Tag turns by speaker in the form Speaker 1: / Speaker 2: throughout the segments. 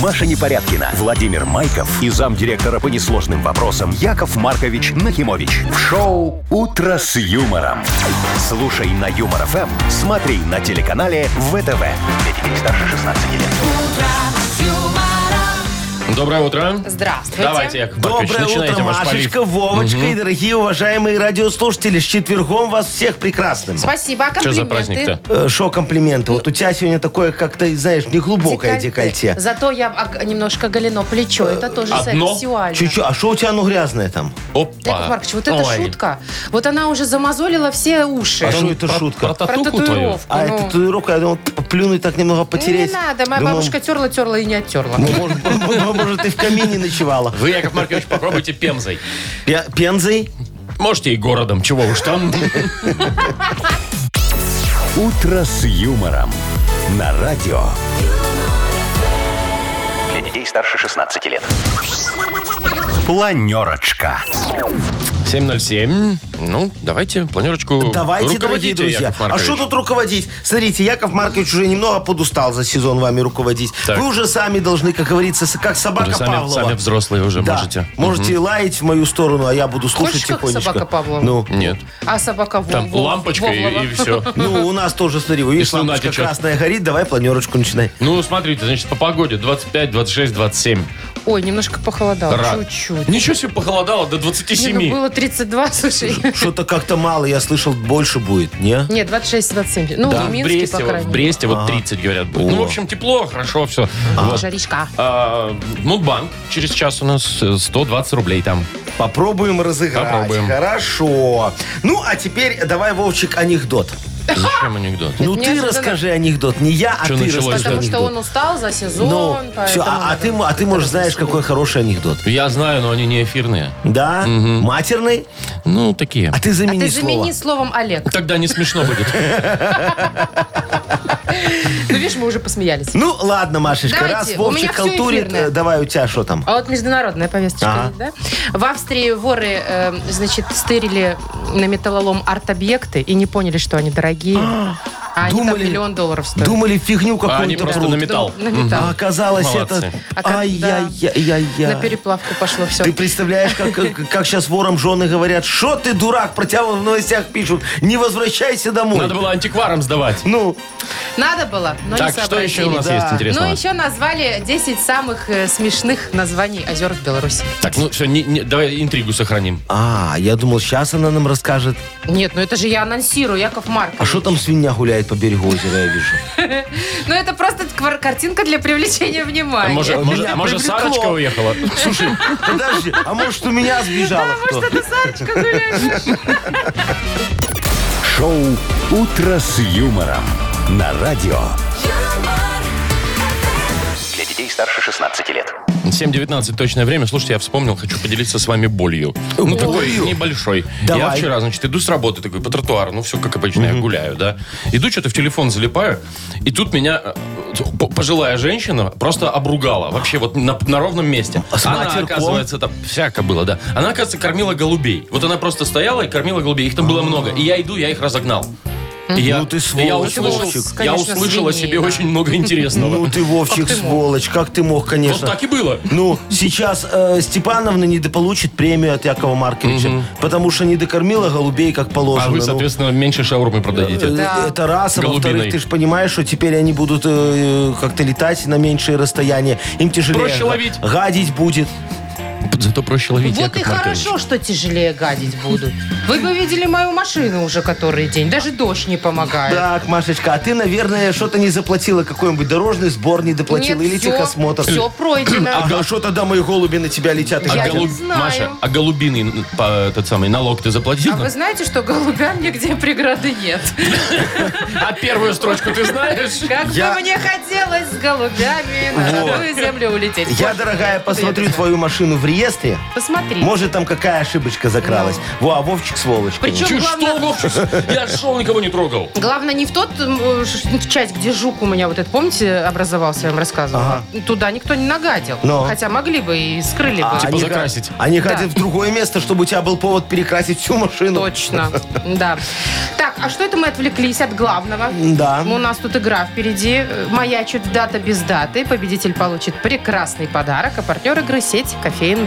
Speaker 1: Маша Непорядкина, Владимир Майков и замдиректора по несложным вопросам Яков Маркович Нахимович. В шоу «Утро с юмором». Слушай на Юмор ФМ, смотри на телеканале ВТВ. Для детей старше 16 лет.
Speaker 2: Доброе утро.
Speaker 3: Здравствуйте.
Speaker 2: Давайте, Яков Маркович,
Speaker 4: Доброе
Speaker 2: начинайте
Speaker 4: утро,
Speaker 2: ваш
Speaker 4: Машечка, Вовочка и дорогие уважаемые радиослушатели. С четвергом вас всех прекрасным.
Speaker 3: Спасибо. А
Speaker 2: Что за
Speaker 3: комплименты?
Speaker 2: праздник-то?
Speaker 4: Э, Шо комплименты? Вот у тебя сегодня такое как-то, знаешь, неглубокое декольте. Э,
Speaker 3: Зато я а, немножко голено плечо. Это тоже
Speaker 2: одно?
Speaker 3: сексуально.
Speaker 4: Чуть-чуть. А что у тебя оно грязное там?
Speaker 3: Яков
Speaker 2: Опа.
Speaker 3: Маркович, вот эта
Speaker 2: Ой.
Speaker 3: шутка, вот она уже замазолила все уши.
Speaker 4: А что это шутка?
Speaker 2: Про
Speaker 3: Про
Speaker 2: татуху твою.
Speaker 3: татуировку.
Speaker 4: А
Speaker 3: ну.
Speaker 4: это татуировка, я думал, п- плюнуть так немного потереть.
Speaker 3: Не надо, моя
Speaker 4: Думал,
Speaker 3: бабушка терла, терла и не оттерла.
Speaker 4: ну, может, ну, может, ты в камине ночевала.
Speaker 2: Вы, Яков Маркович, попробуйте пемзой.
Speaker 4: Пе- Пензой?
Speaker 2: Можете и городом, чего уж там.
Speaker 1: «Утро с юмором» на радио. Для детей старше 16 лет. Планерочка.
Speaker 2: 7.07. Ну, давайте планерочку
Speaker 4: Давайте, дорогие
Speaker 2: руководите,
Speaker 4: друзья.
Speaker 2: Яков
Speaker 4: А
Speaker 2: Маркович.
Speaker 4: что тут руководить? Смотрите, Яков Маркович уже немного подустал за сезон вами руководить.
Speaker 2: Так.
Speaker 4: Вы уже сами должны, как говорится, с- как собака
Speaker 2: Уже сами,
Speaker 4: Павлова.
Speaker 2: сами взрослые уже
Speaker 4: Да,
Speaker 2: можете.
Speaker 4: Можете лаять в мою сторону, а я буду слушать
Speaker 3: Хочешь, как
Speaker 4: тихонечко.
Speaker 3: собака Павлова?
Speaker 4: Ну,
Speaker 2: Нет.
Speaker 3: А собака Вов,
Speaker 2: Там
Speaker 3: Вов,
Speaker 2: лампочка
Speaker 3: Вовлова.
Speaker 2: и, все.
Speaker 4: ну, у нас тоже, смотри, вы видишь,
Speaker 2: слюна
Speaker 4: лампочка
Speaker 2: течет.
Speaker 4: красная горит, давай планерочку начинай.
Speaker 2: Ну, смотрите, значит, по погоде 25, 26, 27.
Speaker 3: Ой, немножко похолодало.
Speaker 2: Рак.
Speaker 3: Чуть-чуть.
Speaker 2: Ничего себе похолодало до
Speaker 3: Не, ну
Speaker 2: 27.
Speaker 3: было 32, слушай.
Speaker 4: Что-то как-то мало, я слышал, больше будет, не?
Speaker 3: Нет, 26-27. Ну,
Speaker 2: Да,
Speaker 3: в
Speaker 2: в
Speaker 3: Минске,
Speaker 2: Бресте,
Speaker 3: по
Speaker 2: вот-
Speaker 3: крайней
Speaker 2: в
Speaker 3: мере.
Speaker 2: Бресте вот 30, говорят, будет. Ну, в общем, тепло, хорошо, все.
Speaker 4: А.
Speaker 3: Жаришка.
Speaker 2: Мудбанк через час у нас э, 120 рублей там.
Speaker 4: Попробуем разыграть.
Speaker 2: Попробуем.
Speaker 4: Хорошо. Ну, а теперь давай, Вовчик, анекдот.
Speaker 2: Зачем анекдот?
Speaker 4: ну, ты
Speaker 3: неожиданно.
Speaker 4: расскажи анекдот, не я, а
Speaker 2: Чё
Speaker 4: ты
Speaker 2: началось?
Speaker 4: расскажи
Speaker 3: Потому
Speaker 4: анекдот.
Speaker 3: что он устал за сезон,
Speaker 4: Ну,
Speaker 3: поэтому
Speaker 4: все, а, а
Speaker 3: надо.
Speaker 4: ты, м- а ты, может, знаешь, какой хороший анекдот.
Speaker 2: Я знаю, но они не эфирные.
Speaker 4: Да? Матерный?
Speaker 2: Ну, такие.
Speaker 4: А ты
Speaker 3: А
Speaker 4: замени
Speaker 3: ты
Speaker 4: слово.
Speaker 3: замени словом Олег.
Speaker 2: Тогда не смешно будет.
Speaker 3: Ну, видишь, мы уже посмеялись.
Speaker 4: Ну, ладно, Машечка,
Speaker 3: Давайте,
Speaker 4: раз
Speaker 3: у меня
Speaker 4: Вовчик
Speaker 3: всё
Speaker 4: халтурит,
Speaker 3: эфирное.
Speaker 4: э, давай, у тебя что там?
Speaker 3: А вот международная повесточка,
Speaker 4: Ага.
Speaker 3: есть, да? В Австрии воры, э, значит, стырили на металлолом арт-объекты и не поняли, что они дорогие. А они там
Speaker 4: думали-
Speaker 3: миллион долларов стоят.
Speaker 4: Думали, фигню
Speaker 2: А они
Speaker 4: какую-то
Speaker 2: просто
Speaker 4: прут.
Speaker 2: на металл.
Speaker 3: На металл.
Speaker 4: А оказалось
Speaker 2: Молодцы.
Speaker 3: А
Speaker 4: это...
Speaker 3: когда-
Speaker 4: Ай-яй-яй-яй-яй.
Speaker 3: На переплавку пошло все.
Speaker 4: Ты представляешь, как, сейчас ворам жены говорят, что ты дурак, про тебя в новостях пишут, не возвращайся домой.
Speaker 2: Надо было антикварам сдавать.
Speaker 4: Ну,
Speaker 3: Надо было, но Ну, не
Speaker 2: Так, что
Speaker 3: сообразили.
Speaker 2: еще у нас
Speaker 4: Да.
Speaker 2: есть
Speaker 3: Ну,
Speaker 2: интересного?
Speaker 3: еще назвали 10 самых э, смешных названий озер в Беларуси.
Speaker 2: Так, ну все, не- не- давай интригу сохраним.
Speaker 4: а, я думал, сейчас она нам расскажет.
Speaker 3: Нет, ну это же я анонсирую, Яков Маркович.
Speaker 4: А что там свинья гуляет по берегу озера, я вижу.
Speaker 3: Ну это просто квар- картинка для привлечения
Speaker 2: А
Speaker 3: внимания.
Speaker 2: Может, может,
Speaker 4: меня
Speaker 2: может,
Speaker 4: привлекло.
Speaker 2: Сарочка уехала?
Speaker 4: Слушай, подожди, а может у меня сбежала кто?
Speaker 3: Может, это Сарочка гуляет?
Speaker 1: Шоу «Утро с юмором» на радио. Для детей старше 16 лет.
Speaker 2: 7.19 точное время. Слушайте, я вспомнил, хочу поделиться с вами болью. Ну, такой небольшой. Я
Speaker 4: Давай.
Speaker 2: вчера, значит, иду с работы такой по тротуару, ну, все как обычно, я гуляю, да. Иду, что-то в телефон залипаю, и тут меня э, п- пожилая женщина просто обругала. Вообще вот на, на ровном месте.
Speaker 4: А С
Speaker 2: она,
Speaker 4: матерком?
Speaker 2: оказывается, там всяко было, да. Она, оказывается, кормила голубей. Вот она просто стояла и кормила голубей. Их там было много. И я иду, я их разогнал. И я,
Speaker 4: А. Ну ты
Speaker 2: и я
Speaker 4: сволочь,
Speaker 2: услышал,
Speaker 4: Вовчик.
Speaker 2: я
Speaker 3: Конечно,
Speaker 2: услышал о
Speaker 3: свиней,
Speaker 2: себе
Speaker 3: да.
Speaker 2: очень много интересного.
Speaker 4: Ну ты, Вовчик,
Speaker 3: Как ты мог?
Speaker 4: сволочь, как ты мог,
Speaker 2: вот
Speaker 4: конечно.
Speaker 2: так и было.
Speaker 4: Ну, сейчас э, Степановна недополучит премию от Якова Марковича, потому что не докормила голубей, как положено.
Speaker 2: А вы,
Speaker 4: Ну,
Speaker 2: соответственно, меньше шаурмы продадите.
Speaker 4: э, Это раз, а
Speaker 2: Голубиной.
Speaker 4: во-вторых, ты же понимаешь, что теперь они будут э, как-то летать на меньшие расстояния. Им тяжелее.
Speaker 2: Проще
Speaker 4: га-
Speaker 2: ловить.
Speaker 4: Гадить будет.
Speaker 2: Зато проще ловить,
Speaker 3: Вот и хорошо, что тяжелее гадить будут. Вы бы видели мою машину уже который день. Даже дождь не помогает.
Speaker 4: Так, Машечка, а ты, наверное, что-то не заплатила, какой-нибудь дорожный сбор не доплатила или техосмотр.
Speaker 3: Все пройдено.
Speaker 4: Ага, что тогда мои голуби на тебя летят? и
Speaker 2: А
Speaker 3: Я
Speaker 4: гадят?
Speaker 3: голуб-
Speaker 2: голуб-
Speaker 3: не знаю.
Speaker 2: Маша, а голубиный н- по- этот самый налог ты
Speaker 3: А
Speaker 2: заплатила?
Speaker 3: вы знаете, что голубям нигде преграды нет?
Speaker 2: А первую строчку ты знаешь?
Speaker 3: Как
Speaker 4: Я-
Speaker 3: бы мне хотелось с голубями на
Speaker 4: Вот.
Speaker 3: родную землю улететь.
Speaker 4: Я, дорогая, посмотрю твою машину в реестре.
Speaker 3: Посмотри.
Speaker 4: Может, там какая ошибочка закралась. Во, а Вовчик сволочь.
Speaker 3: Причем-
Speaker 4: конечно.
Speaker 2: Чё, Что,
Speaker 3: главное-
Speaker 2: Вовчик? Я шел, никого не трогал.
Speaker 3: Главное, не в тот м, ш- в часть, где жук у меня, вот это, помните, образовался, я вам рассказывала? Туда никто не нагадил.
Speaker 4: Но.
Speaker 3: Хотя могли бы и скрыли бы.
Speaker 4: А
Speaker 2: Типа
Speaker 4: они
Speaker 2: закрасить.
Speaker 4: Ну. ха- Они хотят в другое место, чтобы у тебя был повод перекрасить всю машину.
Speaker 3: Точно, да. Так, а что это мы отвлеклись от главного?
Speaker 4: Да.
Speaker 3: У нас тут игра впереди. Э, Маячит дата без даты. Победитель получит прекрасный подарок, а партнер игры сеть кофеин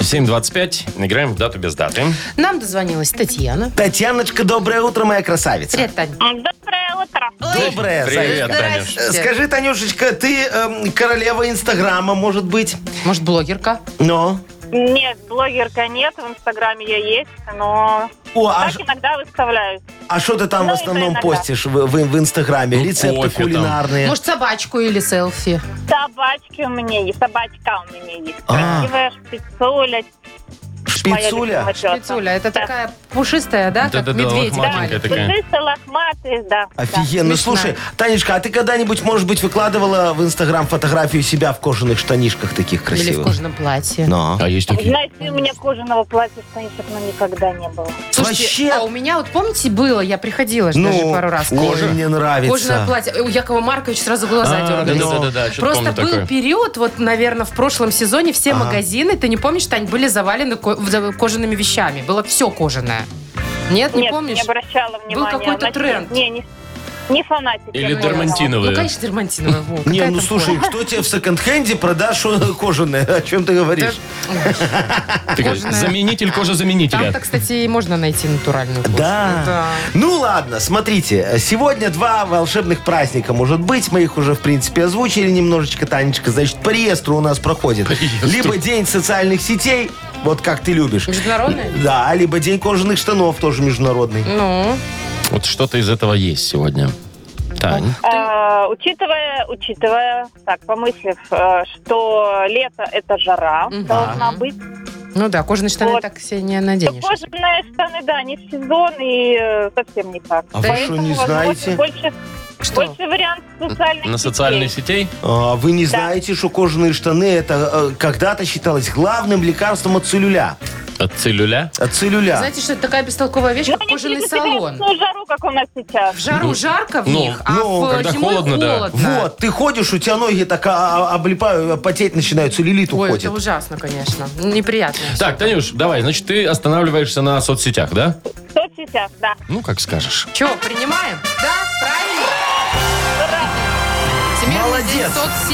Speaker 2: 7.25. Играем в дату без даты.
Speaker 3: Нам дозвонилась Татьяна.
Speaker 4: Татьяночка, доброе утро, моя красавица.
Speaker 3: Привет, Тань.
Speaker 5: Доброе утро.
Speaker 4: Доброе,
Speaker 2: Привет,
Speaker 4: Зайка.
Speaker 2: Танюш.
Speaker 3: Здрасте.
Speaker 4: Э, Скажи, Танюшечка, ты эм, королева Инстаграма, может быть?
Speaker 3: Может, блогерка?
Speaker 4: Но.
Speaker 5: Нет, блогерка нет, в Инстаграме я есть, но
Speaker 4: О, а
Speaker 5: так
Speaker 4: ж-
Speaker 5: иногда выставляюсь.
Speaker 4: а что ты там в
Speaker 5: Ну,
Speaker 4: основном
Speaker 5: иногда.
Speaker 4: постишь в, в- в Инстаграме?
Speaker 2: Ну,
Speaker 4: Рецепты
Speaker 2: кофе там.
Speaker 4: кулинарные.
Speaker 3: Может, собачку или селфи?
Speaker 5: Собачки у меня есть, собачка у меня есть.
Speaker 4: А.
Speaker 5: Красивая шпицуля. моя
Speaker 4: Шпицуля?
Speaker 5: любимая тётка.
Speaker 3: Пицуля, это
Speaker 5: Да.
Speaker 3: такая пушистая, да? Как
Speaker 2: Да-да-да,
Speaker 3: медведь.
Speaker 2: лохматенькая
Speaker 3: маленький.
Speaker 2: такая.
Speaker 5: Пушистая, лохматая, да.
Speaker 4: Офигенно.
Speaker 3: Да, смешная.
Speaker 4: Слушай, Танечка, а ты когда-нибудь, может быть, выкладывала в Инстаграм фотографию себя в кожаных штанишках
Speaker 3: Или
Speaker 4: таких
Speaker 3: в
Speaker 4: красивых? Ну.
Speaker 3: кожаном платье.
Speaker 4: Но.
Speaker 2: А есть
Speaker 5: Да. Вы
Speaker 2: такие.
Speaker 5: Знаете, у меня кожаного платья штанишек, но никогда не было.
Speaker 3: Слушайте,
Speaker 4: Вообще.
Speaker 3: а у меня, вот помните, было, я приходила ж даже
Speaker 4: Ну,
Speaker 3: пару раз.
Speaker 4: ой, мне нравится.
Speaker 3: Кожаное платье. У Якова Марковича сразу глаза
Speaker 2: А,
Speaker 3: дергались.
Speaker 2: да-да-да, что-то
Speaker 3: Просто
Speaker 2: помню
Speaker 3: был
Speaker 2: такое.
Speaker 3: период, вот, наверное, в прошлом сезоне все магазины, ты не помнишь, Тань, были завалены ко- в- кожаными вещами. Было все кожаное. Нет, не
Speaker 5: Нет,
Speaker 3: помнишь?
Speaker 5: не обращала внимания.
Speaker 3: какой-то
Speaker 5: на-
Speaker 3: тренд.
Speaker 5: Не, не, не фанатик.
Speaker 2: Или
Speaker 5: я была.
Speaker 2: дермантиновые.
Speaker 3: Ну, конечно, дермантиновая. Во,
Speaker 4: Не,
Speaker 3: какая
Speaker 4: ну
Speaker 3: там
Speaker 4: слушай,
Speaker 3: кожа?
Speaker 4: кто тебе в секонд-хенде продашь что кожаное? О чем ты говоришь?
Speaker 2: Ты говоришь,
Speaker 3: Кожаная.
Speaker 2: Заменитель кожезаменителя.
Speaker 3: Там-то, кстати, и можно найти натуральную кожу.
Speaker 4: Да. Ну ладно, смотрите. Сегодня два волшебных праздника, может быть. Мы их уже, в принципе, озвучили немножечко, Танечка. Значит, по реестру у нас проходит.
Speaker 2: реестру.
Speaker 4: Либо день социальных сетей, вот как ты любишь.
Speaker 3: Международная?
Speaker 4: Да, либо день кожаных штанов, тоже международный.
Speaker 3: Ну,
Speaker 2: Вот что-то из этого есть сегодня. Тань.
Speaker 5: А, учитывая, учитывая, так, помыслив, э, что лето это жара
Speaker 3: Мгм.
Speaker 5: должна быть.
Speaker 3: ну да, кожаные штаны
Speaker 5: Вот.
Speaker 3: так себе не наденешь.
Speaker 5: Кожаные штаны, да, не в сезон и э, совсем не так.
Speaker 4: А вы что, не
Speaker 5: Поэтому, возможно,
Speaker 4: знаете?
Speaker 5: Больше,
Speaker 3: Что?
Speaker 5: больше вариант социальных
Speaker 2: На
Speaker 5: сетей.
Speaker 2: социальных сетей?
Speaker 4: А, вы не
Speaker 5: Да.
Speaker 4: знаете, что кожаные штаны это э, когда-то считалось главным лекарством от целлюля.
Speaker 2: От целлюля?
Speaker 4: От целлюля.
Speaker 3: Знаете, что это такая бестолковая вещь,
Speaker 5: Но
Speaker 3: как
Speaker 5: Ну, они
Speaker 3: кожаный
Speaker 5: перед
Speaker 3: салон.
Speaker 5: такую жару, как у нас сейчас.
Speaker 3: В жару
Speaker 2: Ну,
Speaker 3: жарко в
Speaker 2: ну,
Speaker 3: них, а
Speaker 4: ну,
Speaker 3: в
Speaker 2: когда
Speaker 3: зимой
Speaker 2: холодно,
Speaker 3: холодно.
Speaker 2: да.
Speaker 4: Вот, ты ходишь, у тебя ноги так а, а, облипают, потеть начинают, целлюлит
Speaker 3: Ой,
Speaker 4: уходит.
Speaker 3: это ужасно, конечно. Неприятно.
Speaker 2: Так, Танюш, давай, значит, ты останавливаешься на соцсетях, да?
Speaker 5: В соцсетях, да.
Speaker 2: Ну, как скажешь.
Speaker 3: Че, принимаем? Да, правильно. Всемирный
Speaker 4: Молодец.
Speaker 3: день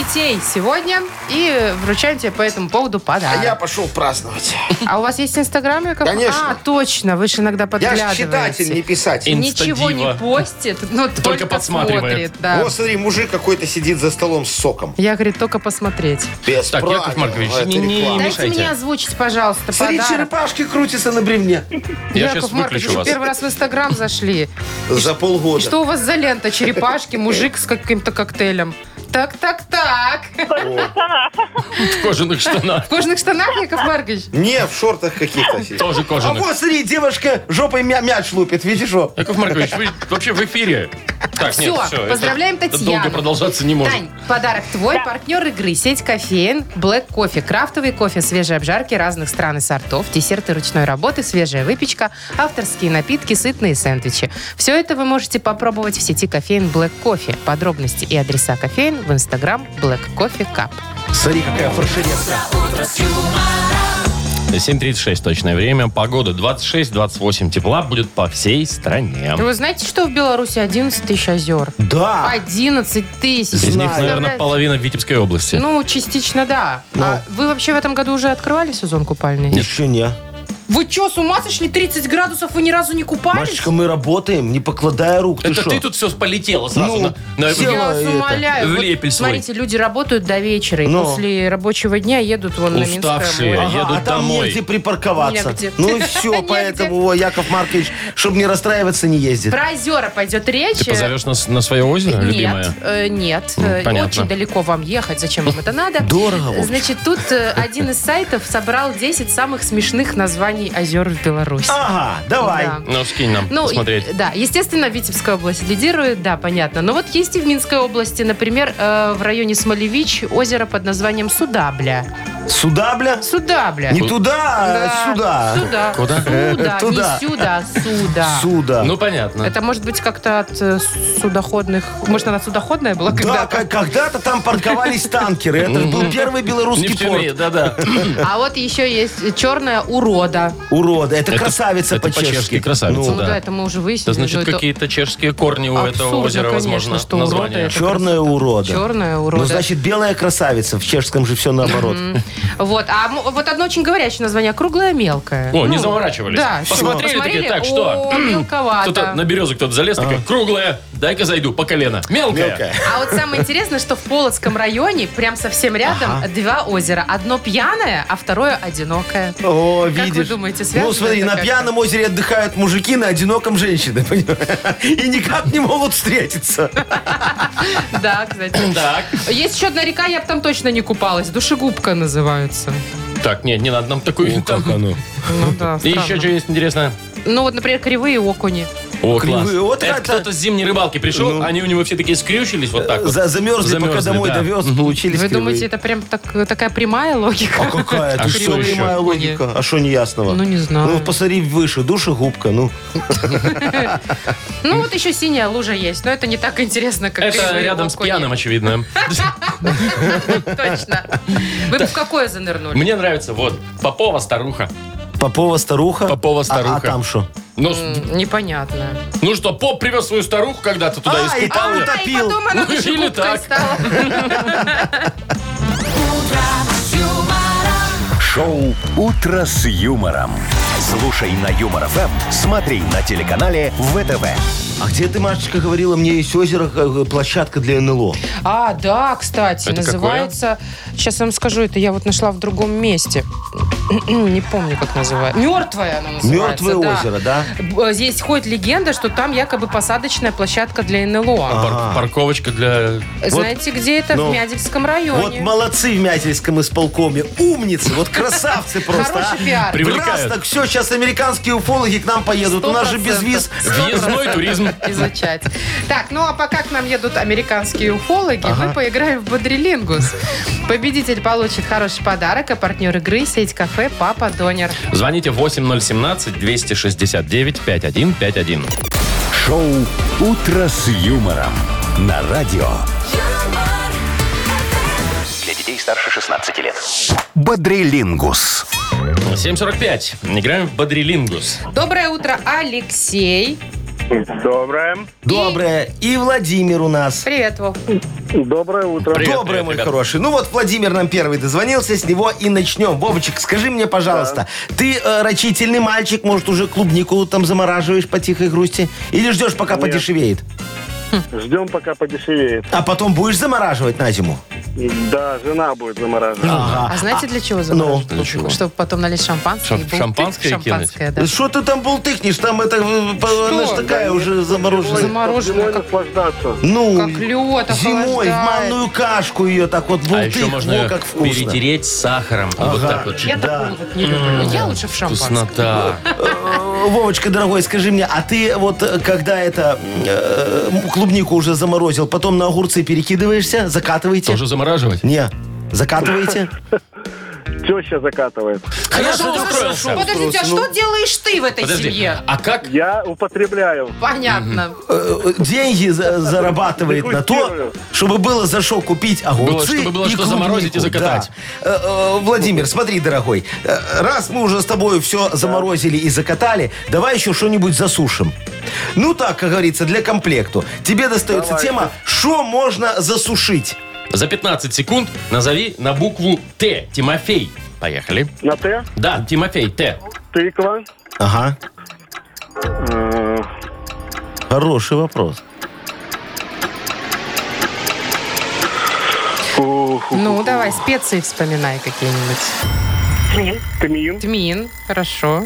Speaker 3: соцсетей сегодня. И вручаем тебе по этому поводу подарок. А,
Speaker 4: пошел праздновать.
Speaker 3: у вас есть Инстаграм, Яков?
Speaker 4: Конечно.
Speaker 3: А, точно. Вы же иногда
Speaker 4: Я ж
Speaker 3: подглядываете.
Speaker 4: читатель, не писатель.
Speaker 3: Ничего не
Speaker 2: Инстадива.
Speaker 3: постит, но только,
Speaker 2: подсматривает.
Speaker 3: смотрит. Да.
Speaker 4: Вот смотри, мужик какой-то сидит за столом с соком.
Speaker 3: Я, говорит, только посмотреть.
Speaker 4: Без
Speaker 2: Так,
Speaker 4: правил,
Speaker 2: Яков Маркович,
Speaker 4: это
Speaker 2: не- не-
Speaker 4: реклама.
Speaker 2: не-
Speaker 3: Дайте
Speaker 2: мешайте.
Speaker 3: мне озвучить, пожалуйста,
Speaker 4: Смотри,
Speaker 3: подарок.
Speaker 4: черепашки крутятся на бревне.
Speaker 2: Я
Speaker 3: Яков
Speaker 2: сейчас
Speaker 3: Маркович,
Speaker 2: выключу
Speaker 3: вы
Speaker 2: вас.
Speaker 3: первый раз в Инстаграм зашли.
Speaker 4: За полгода.
Speaker 3: Что у вас за лента? Черепашки, мужик с каким-то коктейлем. Так, так, так.
Speaker 5: Пацана.
Speaker 2: В кожаных штанах.
Speaker 3: В кожаных штанах, Яков Маркович?
Speaker 6: Не, в шортах каких-то. сидит.
Speaker 2: Тоже
Speaker 4: А
Speaker 2: кожаных.
Speaker 4: вот, смотри, девушка жопой мя- мяч лупит, видишь, о.
Speaker 2: Яков Маркович, вы вообще в эфире. Так,
Speaker 3: Всё, поздравляем
Speaker 2: это- это
Speaker 3: Татьяну.
Speaker 2: долго продолжаться не может.
Speaker 3: Тань, подарок твой, партнер игры, сеть кофеин, Black Кофе, крафтовый кофе, свежие обжарки разных стран и сортов, десерты ручной работы, свежая выпечка, авторские напитки, сытные сэндвичи. Все это вы можете попробовать в сети кофеин Black Кофе. Подробности и адреса кофеин в инстаграм Black Coffee Cup.
Speaker 4: Смотри, какая фарширезка.
Speaker 2: 7.36 точное время. Погода 26-28 тепла будет по всей стране.
Speaker 3: Вы знаете, что в Беларуси 11 тысяч озер?
Speaker 4: Да.
Speaker 3: 11 тысяч.
Speaker 2: А. Из них,
Speaker 4: Знаю.
Speaker 2: наверное, половина в Витебской области.
Speaker 3: Ну, частично да.
Speaker 2: Ну.
Speaker 3: А вы вообще в этом году уже открывали сезон купальный?
Speaker 4: Еще не.
Speaker 3: Вы что, с ума сошли? 30 градусов вы ни разу не купались?
Speaker 4: Машечка, мы работаем, не покладая рук.
Speaker 2: это
Speaker 4: шо?
Speaker 2: ты тут все полетело сразу.
Speaker 4: Ну,
Speaker 2: на- на-
Speaker 4: все.
Speaker 3: Я вас
Speaker 4: это,
Speaker 3: умоляю.
Speaker 2: в
Speaker 3: Вот
Speaker 2: лепель свой.
Speaker 3: смотрите, люди работают до вечера, и
Speaker 4: Ну.
Speaker 3: после рабочего дня едут вон на Минское
Speaker 2: Уставшие.
Speaker 3: море.
Speaker 4: Ага,
Speaker 2: едут
Speaker 4: а там
Speaker 2: домой.
Speaker 4: негде припарковаться.
Speaker 3: Негде.
Speaker 4: Ну и все,
Speaker 3: Негде.
Speaker 4: поэтому о, Яков Маркович, чтобы не расстраиваться, не ездит.
Speaker 3: Про озера пойдет речь.
Speaker 2: Ты позовешь нас на свое озеро,
Speaker 3: Нет,
Speaker 2: любимое?
Speaker 3: э, нет.
Speaker 2: Ну,
Speaker 3: Э,
Speaker 2: понятно.
Speaker 3: Очень далеко вам ехать, зачем вам это надо.
Speaker 4: Дорого, в общем.
Speaker 3: Значит, тут э, один из сайтов собрал 10 самых смешных названий озер в Беларуси.
Speaker 4: Ага, давай.
Speaker 3: Да.
Speaker 2: Ну, скинь нам
Speaker 3: Ну,
Speaker 2: посмотреть.
Speaker 3: и- да, естественно, Витебская область лидирует, да, понятно. Но вот есть и в Минской области, например, э, в районе Смолевич озеро под названием Судабля.
Speaker 4: Сюда, бля?
Speaker 3: Сюда, бля.
Speaker 4: Не туда,
Speaker 3: Да.
Speaker 4: а сюда. Э,
Speaker 3: Сюда.
Speaker 2: Куда?
Speaker 3: Сюда,
Speaker 4: Туда.
Speaker 3: не сюда, сюда.
Speaker 4: Сюда.
Speaker 2: Ну, понятно.
Speaker 3: Это может быть как-то от э, судоходных... Может, она судоходная была
Speaker 4: да,
Speaker 3: когда-то?
Speaker 4: к- когда-то там парковались танкеры. Это же был первый белорусский
Speaker 2: Нефтяные,
Speaker 4: порт.
Speaker 2: да-да.
Speaker 3: А вот еще есть черная урода.
Speaker 4: Урода. Это
Speaker 2: Это-
Speaker 4: красавица
Speaker 2: это
Speaker 4: по-чешски.
Speaker 2: по-чешски красавица,
Speaker 3: Ну
Speaker 2: да.
Speaker 3: да. это мы уже выяснили.
Speaker 2: Да значит,
Speaker 3: но Ну, это
Speaker 2: какие-то чешские корни у этого
Speaker 3: абсурдно,
Speaker 2: озера,
Speaker 3: конечно,
Speaker 2: возможно,
Speaker 3: что урода
Speaker 2: название.
Speaker 3: это.
Speaker 4: Черная урода.
Speaker 3: Черная урода.
Speaker 4: Ну, значит, белая красавица. В чешском же все наоборот.
Speaker 3: Вот, а м- вот одно очень говорящее название, круглое мелкое.
Speaker 2: О, не заморачивались.
Speaker 3: Ну, Да,
Speaker 2: Посмотрели,
Speaker 3: всё,
Speaker 2: такие, так
Speaker 3: посмотрели,
Speaker 2: что?
Speaker 3: О, мелковато.
Speaker 2: Кто-то на березу кто-то залез, такой, круглая, дай-ка зайду, по колено. Мелкая.
Speaker 4: Мелкая.
Speaker 3: А вот самое интересное, что в Полоцком районе, прям совсем рядом, два озера. Одно пьяное, а второе одинокое.
Speaker 4: О,
Speaker 3: Как вы
Speaker 4: видишь.
Speaker 3: думаете, связано
Speaker 4: ну, смотри,
Speaker 3: это
Speaker 4: на
Speaker 3: как-то?
Speaker 4: пьяном озере отдыхают мужики, на одиноком женщины, понимаешь? И никак не могут встретиться.
Speaker 3: Да, кстати.
Speaker 2: Так.
Speaker 3: Есть еще одна река, я бы там точно не купалась. Душегубка называется.
Speaker 2: Так, нет, не надо нам такую. там.
Speaker 3: Ну да,
Speaker 2: И еще
Speaker 3: странно.
Speaker 2: что есть интересное?
Speaker 3: Ну вот, например, кривые окуни.
Speaker 2: О,
Speaker 4: Кривые,
Speaker 2: класс.
Speaker 4: вот
Speaker 2: это
Speaker 4: это- Ну.
Speaker 2: кто-то с зимней рыбалки пришел, они у него все такие скрючились вот так вот.
Speaker 4: За- замерзли, пока
Speaker 2: Замерзли,
Speaker 4: домой
Speaker 2: да.
Speaker 4: довез, получились
Speaker 3: Вы
Speaker 4: кривые.
Speaker 3: думаете, это прям так- такая прямая логика?
Speaker 4: А какая?
Speaker 2: А
Speaker 4: Ты что,
Speaker 2: что еще?
Speaker 4: прямая логика? А что неясного?
Speaker 3: Ну, не знаю.
Speaker 4: Ну, посмотри выше, душа губка, ну.
Speaker 3: Ну вот еще синяя лужа есть, но это не так интересно, как
Speaker 2: Это
Speaker 3: кривые
Speaker 2: рядом с
Speaker 3: окуни.
Speaker 2: пьяным, очевидно.
Speaker 3: Точно. Вы бы в какое занырнули?
Speaker 2: Мне нравится, вот, Попова старуха.
Speaker 4: Попова старуха?
Speaker 2: Попова
Speaker 4: А- А,
Speaker 2: старуха.
Speaker 4: там что?
Speaker 2: Ну, с-
Speaker 3: М, Непонятно.
Speaker 2: ну что, поп привез свою старуху когда-то туда
Speaker 4: А,
Speaker 2: из
Speaker 4: и
Speaker 2: Китая.
Speaker 4: там
Speaker 3: А, и
Speaker 4: утопил.
Speaker 3: потом она
Speaker 2: Ну, или
Speaker 3: душегубкой
Speaker 2: так.
Speaker 3: стала.
Speaker 1: Шоу «Утро с юмором». Слушай на Юмор ФМ, смотри на телеканале ВТВ.
Speaker 4: А где ты, Машечка, говорила, мне есть озеро, как, площадка для НЛО?
Speaker 3: А, да, кстати,
Speaker 2: Это
Speaker 3: называется... Сейчас я вам скажу, это я вот нашла в другом месте. Не помню, как называется. Мертвое оно называется.
Speaker 4: Мертвое
Speaker 3: да.
Speaker 4: озеро, да?
Speaker 3: Б- Здесь ходит легенда, что там якобы посадочная площадка для НЛО.
Speaker 2: Пар-
Speaker 4: Ага.
Speaker 2: Парковочка для...
Speaker 3: Знаете, где это?
Speaker 4: А, ну,
Speaker 3: в Мядельском
Speaker 4: Вот
Speaker 3: районе.
Speaker 4: молодцы в Мятельском исполкоме. Умницы, вот красавцы просто.
Speaker 3: Хороший
Speaker 4: а.
Speaker 3: пиар.
Speaker 2: Привлекают.
Speaker 4: Раз так все, сейчас американские уфологи к нам поедут. У нас же без виз.
Speaker 3: 100%.
Speaker 2: Въездной туризм.
Speaker 3: изучать. Так, ну а пока к нам едут американские уфологи, мы поиграем в бодрилингус. Победитель получит хороший подарок, а партнер игры сеть кафе «Папа Донер».
Speaker 2: Звоните 8017-269-5151.
Speaker 1: Шоу «Утро с юмором» на радио
Speaker 7: юмор,
Speaker 8: Для детей старше 16 лет.
Speaker 1: «Бодрилингус».
Speaker 2: 7.45. Играем в Бодрилингус.
Speaker 3: Доброе утро, Алексей.
Speaker 9: Доброе.
Speaker 4: Доброе. И Владимир у нас.
Speaker 3: Привет, Вов.
Speaker 9: Доброе утро.
Speaker 2: Привет,
Speaker 4: Доброе,
Speaker 2: привет,
Speaker 4: мой
Speaker 2: ребят.
Speaker 4: хороший. Ну вот Владимир нам первый дозвонился, с него и начнем. Вовочек, скажи мне, пожалуйста, ты э, рачительный мальчик, может, уже клубнику там замораживаешь по тихой грусти? Или ждешь, пока
Speaker 9: Нет.
Speaker 4: подешевеет?
Speaker 9: Ждем, пока подешевеет.
Speaker 4: А потом будешь замораживать на зиму?
Speaker 9: Да, жена будет замораживать.
Speaker 3: А знаете, для чего заморозить?
Speaker 2: для чего?
Speaker 3: Чтобы потом налить шампанское.
Speaker 2: Шам-
Speaker 3: и был
Speaker 2: шампанское
Speaker 3: тык, шампанское, да.
Speaker 4: Что ты там болтыхнешь? Там это, э, по- она ж такая уже замороженная.
Speaker 9: Зимой
Speaker 3: Замороженное, как,
Speaker 9: наслаждаться.
Speaker 4: Ну,
Speaker 3: как лед
Speaker 4: зимой в
Speaker 3: охлаждает.
Speaker 4: манную кашку ее так вот
Speaker 2: А
Speaker 4: болтых,
Speaker 2: еще можно
Speaker 4: во,
Speaker 2: её
Speaker 4: как вкусно.
Speaker 2: перетереть сахаром. Вот так вот.
Speaker 3: Я такую вот не люблю. Я лучше в шампанское.
Speaker 2: Вкуснота.
Speaker 4: Э, Вовочка, дорогой, скажи мне, а ты вот э, когда это э, м, клубнику уже заморозил, потом на огурцы перекидываешься, закатываете?
Speaker 2: Тоже замораживать?
Speaker 4: Не, закатываете?
Speaker 9: Теща закатывает.
Speaker 2: Хорошо устроился.
Speaker 3: Подождите, а что делаешь ты в этой
Speaker 2: Подожди,
Speaker 3: семье?
Speaker 2: а как?
Speaker 9: Я употребляю.
Speaker 3: Понятно.
Speaker 4: Э, Деньги за- зарабатывает на то,
Speaker 9: Дегустирую.
Speaker 4: чтобы было за что купить
Speaker 2: Было,
Speaker 4: огурцы
Speaker 2: чтобы было
Speaker 4: и
Speaker 2: что
Speaker 4: клубнику,
Speaker 2: заморозить и закатать.
Speaker 4: да. Э, э, Владимир, смотри, дорогой, э, раз мы уже с тобой все заморозили и закатали, давай еще что-нибудь засушим. Ну так, как говорится, для комплекту. Тебе достается
Speaker 9: Давайте.
Speaker 4: тема, что можно засушить.
Speaker 2: За 15 секунд назови на букву Т. Тимофей. Поехали.
Speaker 9: На Т.
Speaker 2: Да, Тимофей, Т.
Speaker 9: Тыква.
Speaker 4: Ага.
Speaker 9: э,
Speaker 4: Хороший вопрос.
Speaker 9: ух,
Speaker 3: Ну, давай, специи вспоминай какие-нибудь.
Speaker 9: Тмин.
Speaker 3: Тмин, хорошо.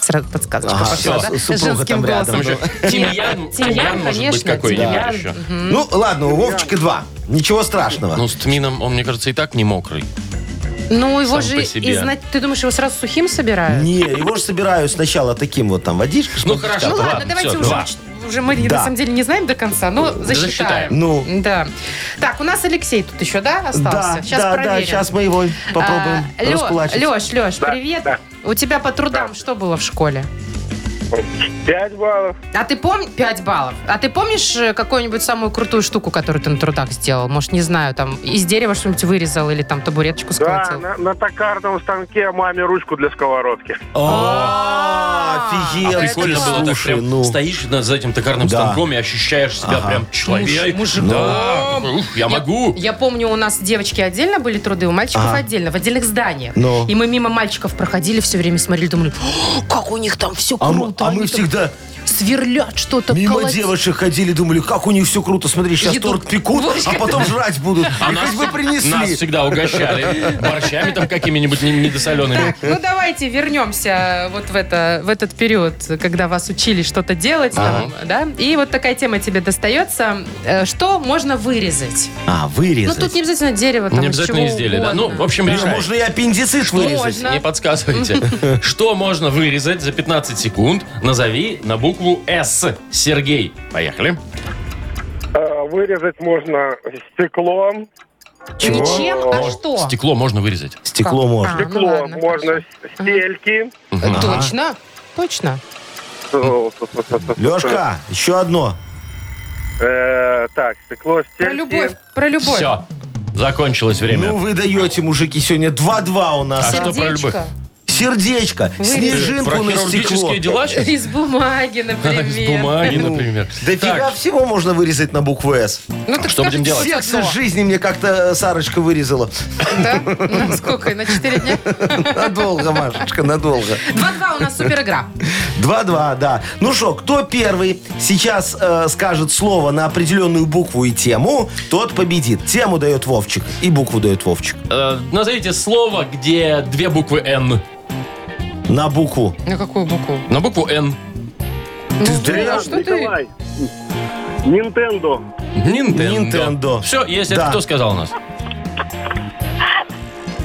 Speaker 3: Сразу подсказочка
Speaker 4: Ага,
Speaker 3: пошла,
Speaker 4: всё,
Speaker 3: да?
Speaker 4: с- супруга
Speaker 3: Женским
Speaker 4: там рядом
Speaker 2: Там
Speaker 3: голосом.
Speaker 2: еще Тимьян. Тимьян может быть
Speaker 3: конечно,
Speaker 2: какой-нибудь
Speaker 3: тимьян.
Speaker 2: еще.
Speaker 4: Ну, ладно, у Вовчика два. Ничего страшного.
Speaker 2: Ну, с тмином он, мне кажется, и так не мокрый.
Speaker 3: Ну, его
Speaker 2: Сам
Speaker 3: же,
Speaker 2: по себе.
Speaker 3: и знать, ты думаешь, его сразу сухим собирают?
Speaker 4: Не, его же собираю сначала таким вот там водичкой.
Speaker 2: Ну,
Speaker 4: чтобы
Speaker 2: хорошо,
Speaker 3: Ну
Speaker 4: вкусно.
Speaker 2: ладно,
Speaker 3: ладно, давайте
Speaker 2: всё,
Speaker 3: уже
Speaker 2: два.
Speaker 3: уч- уже мы
Speaker 4: Да.
Speaker 3: на самом деле не знаем до конца, но засчитаем.
Speaker 2: засчитаем.
Speaker 4: Ну.
Speaker 3: Да. Так, у нас Алексей тут еще, да, остался?
Speaker 4: да,
Speaker 3: сейчас
Speaker 4: да,
Speaker 3: проверим.
Speaker 4: да, сейчас мы его попробуем
Speaker 3: А, Лё-
Speaker 4: раскулачить.
Speaker 3: Лёш, Лёш,
Speaker 9: Да,
Speaker 3: привет.
Speaker 9: да.
Speaker 3: У тебя по трудам что было в школе?
Speaker 9: 5 баллов.
Speaker 3: А ты помнишь... 5 баллов. А ты помнишь э, какую-нибудь самую крутую штуку, которую ты на трудах сделал? Может, не знаю, там из дерева что-нибудь вырезал или там табуреточку
Speaker 9: Да,
Speaker 3: схватил?
Speaker 9: на, на токарном станке маме ручку для сковородки.
Speaker 4: А,
Speaker 2: А
Speaker 4: Офигенно.
Speaker 2: прикольно было так
Speaker 4: Слушай,
Speaker 2: прям
Speaker 4: ну.
Speaker 2: стоишь над- за этим токарным
Speaker 4: Да.
Speaker 2: станком и ощущаешь себя
Speaker 4: Ага.
Speaker 2: прям человек.
Speaker 3: Муж- мужиком.
Speaker 2: Да, такой, ух, я могу.
Speaker 3: Я помню, у нас девочки отдельно были труды, у мальчиков
Speaker 4: Ага.
Speaker 3: отдельно, в отдельных зданиях.
Speaker 4: Ну.
Speaker 3: И мы мимо мальчиков проходили, все время смотрели, думали, «О, как у них там все
Speaker 4: А, м-
Speaker 3: круто.
Speaker 4: а мы
Speaker 3: они там
Speaker 4: всегда
Speaker 3: сверлят что-то.
Speaker 4: мимо
Speaker 3: колотят».
Speaker 4: девочек ходили, думали, как у них все круто. Смотри, сейчас
Speaker 3: Идут.
Speaker 4: торт пекут,
Speaker 3: Вовочка.
Speaker 4: а потом жрать будут.
Speaker 2: А
Speaker 4: И хоть бы принесли.
Speaker 2: нас всегда угощали борщами там какими-нибудь не- недосолеными.
Speaker 3: Так, ну давайте вернемся вот в, это, в этот период, когда вас учили что-то делать. там, да? И вот такая тема тебе достается. Э, Что можно вырезать?
Speaker 4: А,
Speaker 3: Ну,
Speaker 4: вырезать.
Speaker 3: тут не обязательно дерево, там,
Speaker 2: Не
Speaker 3: из
Speaker 2: обязательно
Speaker 3: чего
Speaker 2: изделие, да. Ну,
Speaker 3: угодно.
Speaker 2: в общем, решай.
Speaker 4: Можно и аппендицит вырезать.
Speaker 3: Можно.
Speaker 2: Не подсказывайте. Что можно вырезать за 15 секунд? Назови на букву «С». Сергей. Поехали.
Speaker 9: Э, Вырезать можно стеклом,
Speaker 3: Ничем, а
Speaker 2: Мож-
Speaker 3: что?
Speaker 2: Стекло можно вырезать.
Speaker 4: Стекло
Speaker 3: Как?
Speaker 4: можно.
Speaker 3: А, ну
Speaker 9: стекло
Speaker 3: ладно,
Speaker 9: можно с- стельки.
Speaker 3: Э, Точно? Точно. А.
Speaker 4: Лешка, еще одно.
Speaker 9: Э, Так, стекло,
Speaker 3: Про
Speaker 9: стельки.
Speaker 3: любовь, про любовь.
Speaker 2: Все. Закончилось
Speaker 4: Ну
Speaker 2: время.
Speaker 4: вы даете, мужики, сегодня 2-2 у нас.
Speaker 2: А что про
Speaker 3: Сердечко.
Speaker 2: любовь?
Speaker 4: Сердечко,
Speaker 2: Э, Про
Speaker 4: снежинку на стекло.
Speaker 2: хирургические дела сейчас?
Speaker 3: Из бумаги, например.
Speaker 2: Из бумаги, например.
Speaker 4: Ну, Дофига
Speaker 2: Так,
Speaker 4: всего можно вырезать на букву «С».
Speaker 3: Ну, так
Speaker 2: Что будем
Speaker 3: скажите,
Speaker 2: делать?
Speaker 3: всё,
Speaker 4: Секса жизни мне как-то э, Сарочка вырезала.
Speaker 3: Да? На сколько? На 4 дня?
Speaker 4: Надолго, Машечка, надолго.
Speaker 3: 2-2 у нас супер игра.
Speaker 4: 2-2, да. Ну что, кто первый сейчас э, скажет слово на определенную букву и тему, тот победит. Тему дает Вовчик и букву дает Вовчик.
Speaker 2: э, назовите слово, где две буквы «Н».
Speaker 4: На букву.
Speaker 3: На какую букву?
Speaker 2: На букву «Н».
Speaker 3: Ну, что ты?
Speaker 9: Николай, Нинтендо.
Speaker 2: Нинтендо.
Speaker 4: Nintendo.
Speaker 2: Все, есть. Это
Speaker 4: Да.
Speaker 2: кто сказал у нас?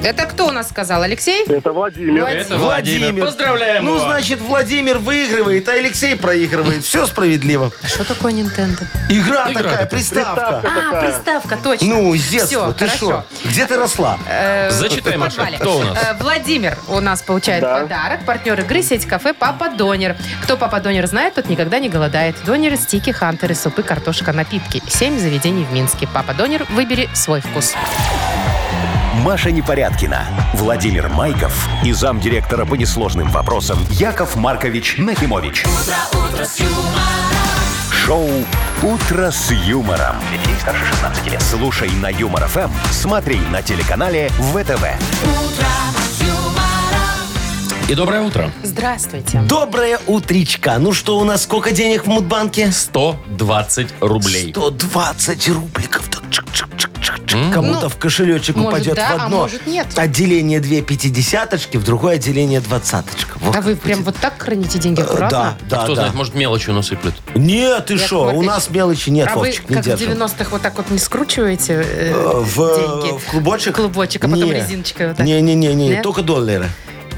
Speaker 3: Это кто у нас сказал? Алексей?
Speaker 9: Это Владимир.
Speaker 2: Это Владимир. Поздравляем
Speaker 4: Ну,
Speaker 2: его.
Speaker 4: значит, Владимир выигрывает, а Алексей проигрывает. Все справедливо.
Speaker 3: Что такое Nintendo?
Speaker 4: Игра,
Speaker 2: Игра
Speaker 4: такая,
Speaker 2: такая.
Speaker 4: приставка.
Speaker 3: А, приставка, точно.
Speaker 4: Ну, с детства.
Speaker 3: Всё,
Speaker 4: Ты
Speaker 3: хорошо.
Speaker 4: что? Где ты росла?
Speaker 3: Э,
Speaker 2: Зачитай,
Speaker 3: в
Speaker 2: Маша,
Speaker 3: подвале.
Speaker 2: кто у нас?
Speaker 3: Э, Владимир у нас получает
Speaker 9: Да.
Speaker 3: подарок. Партнер игры сеть кафе Папа Донер. Кто Папа Донер знает, тот никогда не голодает. Донеры, стики, хантеры, супы, картошка, напитки. Семь заведений в Минске. Папа Донер, выбери свой вкус.
Speaker 1: Маша Непорядкина, Владимир Майков и замдиректора по несложным вопросам Яков Маркович Нахимович. Шоу Утро с юмором. Детей старше 16 лет. Слушай на юмор ФМ, смотри на телеканале ВТВ.
Speaker 2: И доброе утро.
Speaker 3: Здравствуйте.
Speaker 4: Доброе утречка. Ну что, у нас сколько денег в Мудбанке?
Speaker 2: 120 рублей.
Speaker 4: 120 рубликов. Так чик-чик-чик-чик-чик. Кому-то в кошелечек
Speaker 3: Ну, может,
Speaker 4: упадет
Speaker 3: да,
Speaker 4: Ну, в
Speaker 3: а
Speaker 4: одно.
Speaker 3: может, нет.
Speaker 4: Отделение две пятидесяточки, в другое отделение двадцаточка. Вот
Speaker 3: А вы
Speaker 4: как будет.
Speaker 3: прям вот так храните деньги
Speaker 4: Э,
Speaker 3: аккуратно?
Speaker 4: Да, да,
Speaker 2: Кто
Speaker 4: да.
Speaker 2: знает, может, мелочью насыплет.
Speaker 4: Нет, ты что, у
Speaker 3: Маркович,
Speaker 4: нас мелочи нет,
Speaker 3: А вы
Speaker 4: Вовчик, не
Speaker 3: как в
Speaker 4: держим.
Speaker 3: 90-х вот так вот не скручиваете э,
Speaker 4: Э, В,
Speaker 3: деньги?
Speaker 4: в клубочек?
Speaker 3: Клубочек, а потом
Speaker 4: Не.
Speaker 3: резиночкой вот так.
Speaker 4: Не-не-не,
Speaker 3: Нет?
Speaker 4: только доллары.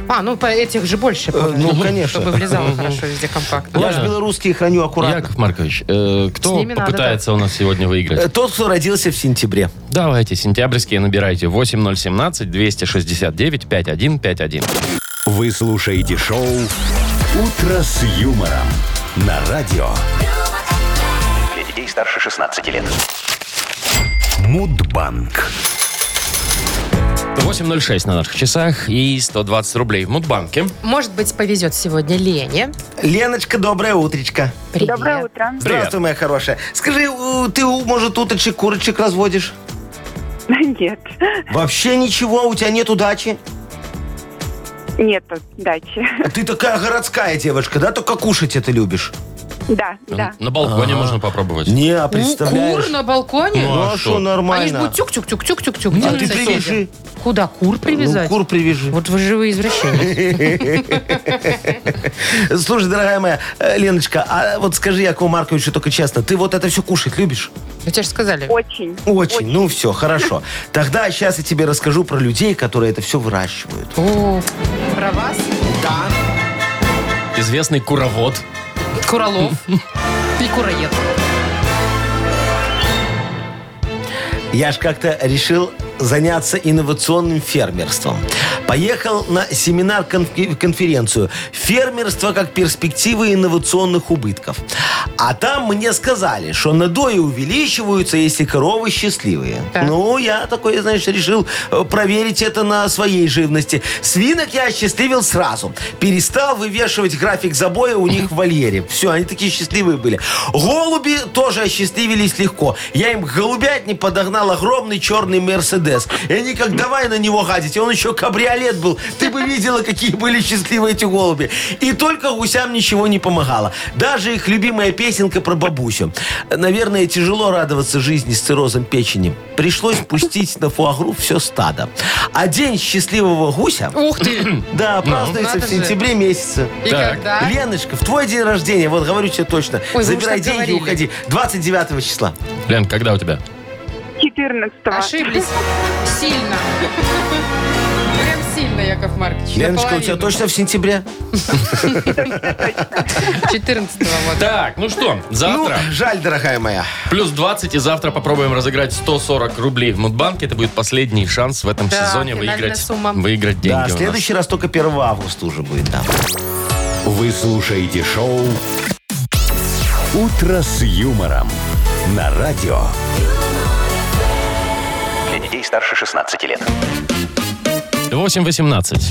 Speaker 3: А, ну по этих же больше. по-моему,
Speaker 4: ну, конечно.
Speaker 3: Чтобы влезало хорошо везде компактно.
Speaker 4: Я же белорусские храню аккуратно.
Speaker 2: Яков Маркович, э,
Speaker 3: С
Speaker 2: кто
Speaker 3: ними надо,
Speaker 2: попытается у нас сегодня
Speaker 4: Э,
Speaker 2: выиграть?
Speaker 4: Тот, кто родился в сентябре.
Speaker 2: Давайте, сентябрьские набирайте. 8017-269-5151.
Speaker 1: Вы слушаете шоу Утро с юмором на радио
Speaker 8: Для детей старше 16 лет.
Speaker 1: Мудбанк.
Speaker 2: 8.06 на наших часах и 120 рублей в Мудбанке.
Speaker 3: Может быть, повезет сегодня Лене.
Speaker 4: Леночка, доброе утречко.
Speaker 3: Привет.
Speaker 5: Доброе утро.
Speaker 4: Здравствуй, моя хорошая. Скажи, у, ты, у, может, уточек, курочек разводишь?
Speaker 5: Нет,
Speaker 4: Вообще ничего, у тебя нет удачи. А
Speaker 5: нету дачи.
Speaker 4: Ты такая городская девочка, да? Только кушать это любишь. А
Speaker 5: Да,
Speaker 4: ну.
Speaker 5: да.
Speaker 2: На балконе можно попробовать.
Speaker 4: Не, а
Speaker 3: У
Speaker 4: представляешь?
Speaker 3: Ну, Кур на балконе?
Speaker 4: Ну
Speaker 2: а
Speaker 4: а
Speaker 2: что?
Speaker 4: что,
Speaker 3: Они же
Speaker 4: нормально.
Speaker 3: будут тюк-тюк-тюк-тюк-тюк.
Speaker 4: А
Speaker 3: делать
Speaker 4: ты
Speaker 3: соседям.
Speaker 4: привяжи.
Speaker 3: Куда? Кур
Speaker 4: Ну,
Speaker 3: привязать?
Speaker 4: кур привяжи.
Speaker 3: Вот вы живые извращенцы.
Speaker 4: Слушай, дорогая моя, э, Леночка, а вот скажи Якову Марковичу только честно, ты вот это все кушать любишь?
Speaker 3: Ну, тебе же сказали.
Speaker 5: Очень.
Speaker 4: Очень. Ну все, хорошо. Тогда сейчас я тебе расскажу про людей, которые это все выращивают.
Speaker 3: О, про вас?
Speaker 2: Известный куровод.
Speaker 3: Куралов. Пикуроед.
Speaker 4: Я ж как-то решил заняться инновационным фермерством. Поехал на семинар-конференцию «Фермерство как перспективы инновационных убытков». А там мне сказали, что надои увеличиваются, если коровы счастливые.
Speaker 3: Так.
Speaker 4: Ну, я такой, знаешь, решил э, проверить это на своей живности. Свинок я осчастливил сразу. Перестал вывешивать график забоя у них в вольере. Все, они такие счастливые были. Голуби тоже осчастливились легко. Я им голубятни подогнал огромный черный Мерседес. И они как давай на него гадить. И он еще кабриолет был. Ты бы видела, какие были счастливые эти голуби. И только гусям ничего не помогало. Даже их любимая песенка про бабусю. Наверное, тяжело радоваться жизни с циррозом печени. Пришлось пустить на фуагру все стадо. А день счастливого гуся,
Speaker 3: Ух ты! Ну,
Speaker 4: да, празднуется
Speaker 3: надо
Speaker 4: в
Speaker 3: же.
Speaker 4: сентябре месяце.
Speaker 3: И
Speaker 2: Так.
Speaker 3: когда?
Speaker 4: Леночка, в твой день рождения, вот говорю тебе точно,
Speaker 3: А? Ой, вы уж
Speaker 4: забирай
Speaker 3: так
Speaker 4: деньги и
Speaker 3: говорили.
Speaker 4: уходи. 29 числа.
Speaker 2: Лен, когда у тебя?
Speaker 5: 14
Speaker 3: Ошиблись. А, Сильно. Прям сильно, Яков Маркович.
Speaker 4: Леночка, у тебя точно в сентябре?
Speaker 3: 14 вот.
Speaker 2: Так, ну что, завтра
Speaker 4: Ну, жаль, дорогая моя.
Speaker 2: плюс 20, и завтра попробуем разыграть 140 рублей в Мудбанке. Это будет последний шанс в этом
Speaker 3: Да,
Speaker 2: сезоне
Speaker 3: финальная
Speaker 2: выиграть,
Speaker 3: сумма.
Speaker 2: выиграть деньги
Speaker 4: да,
Speaker 2: у нас.
Speaker 4: следующий раз только 1 августа уже будет, да.
Speaker 1: Вы слушаете шоу «Утро с юмором» на радио.
Speaker 8: Для детей старше 16 лет.
Speaker 2: 8.18.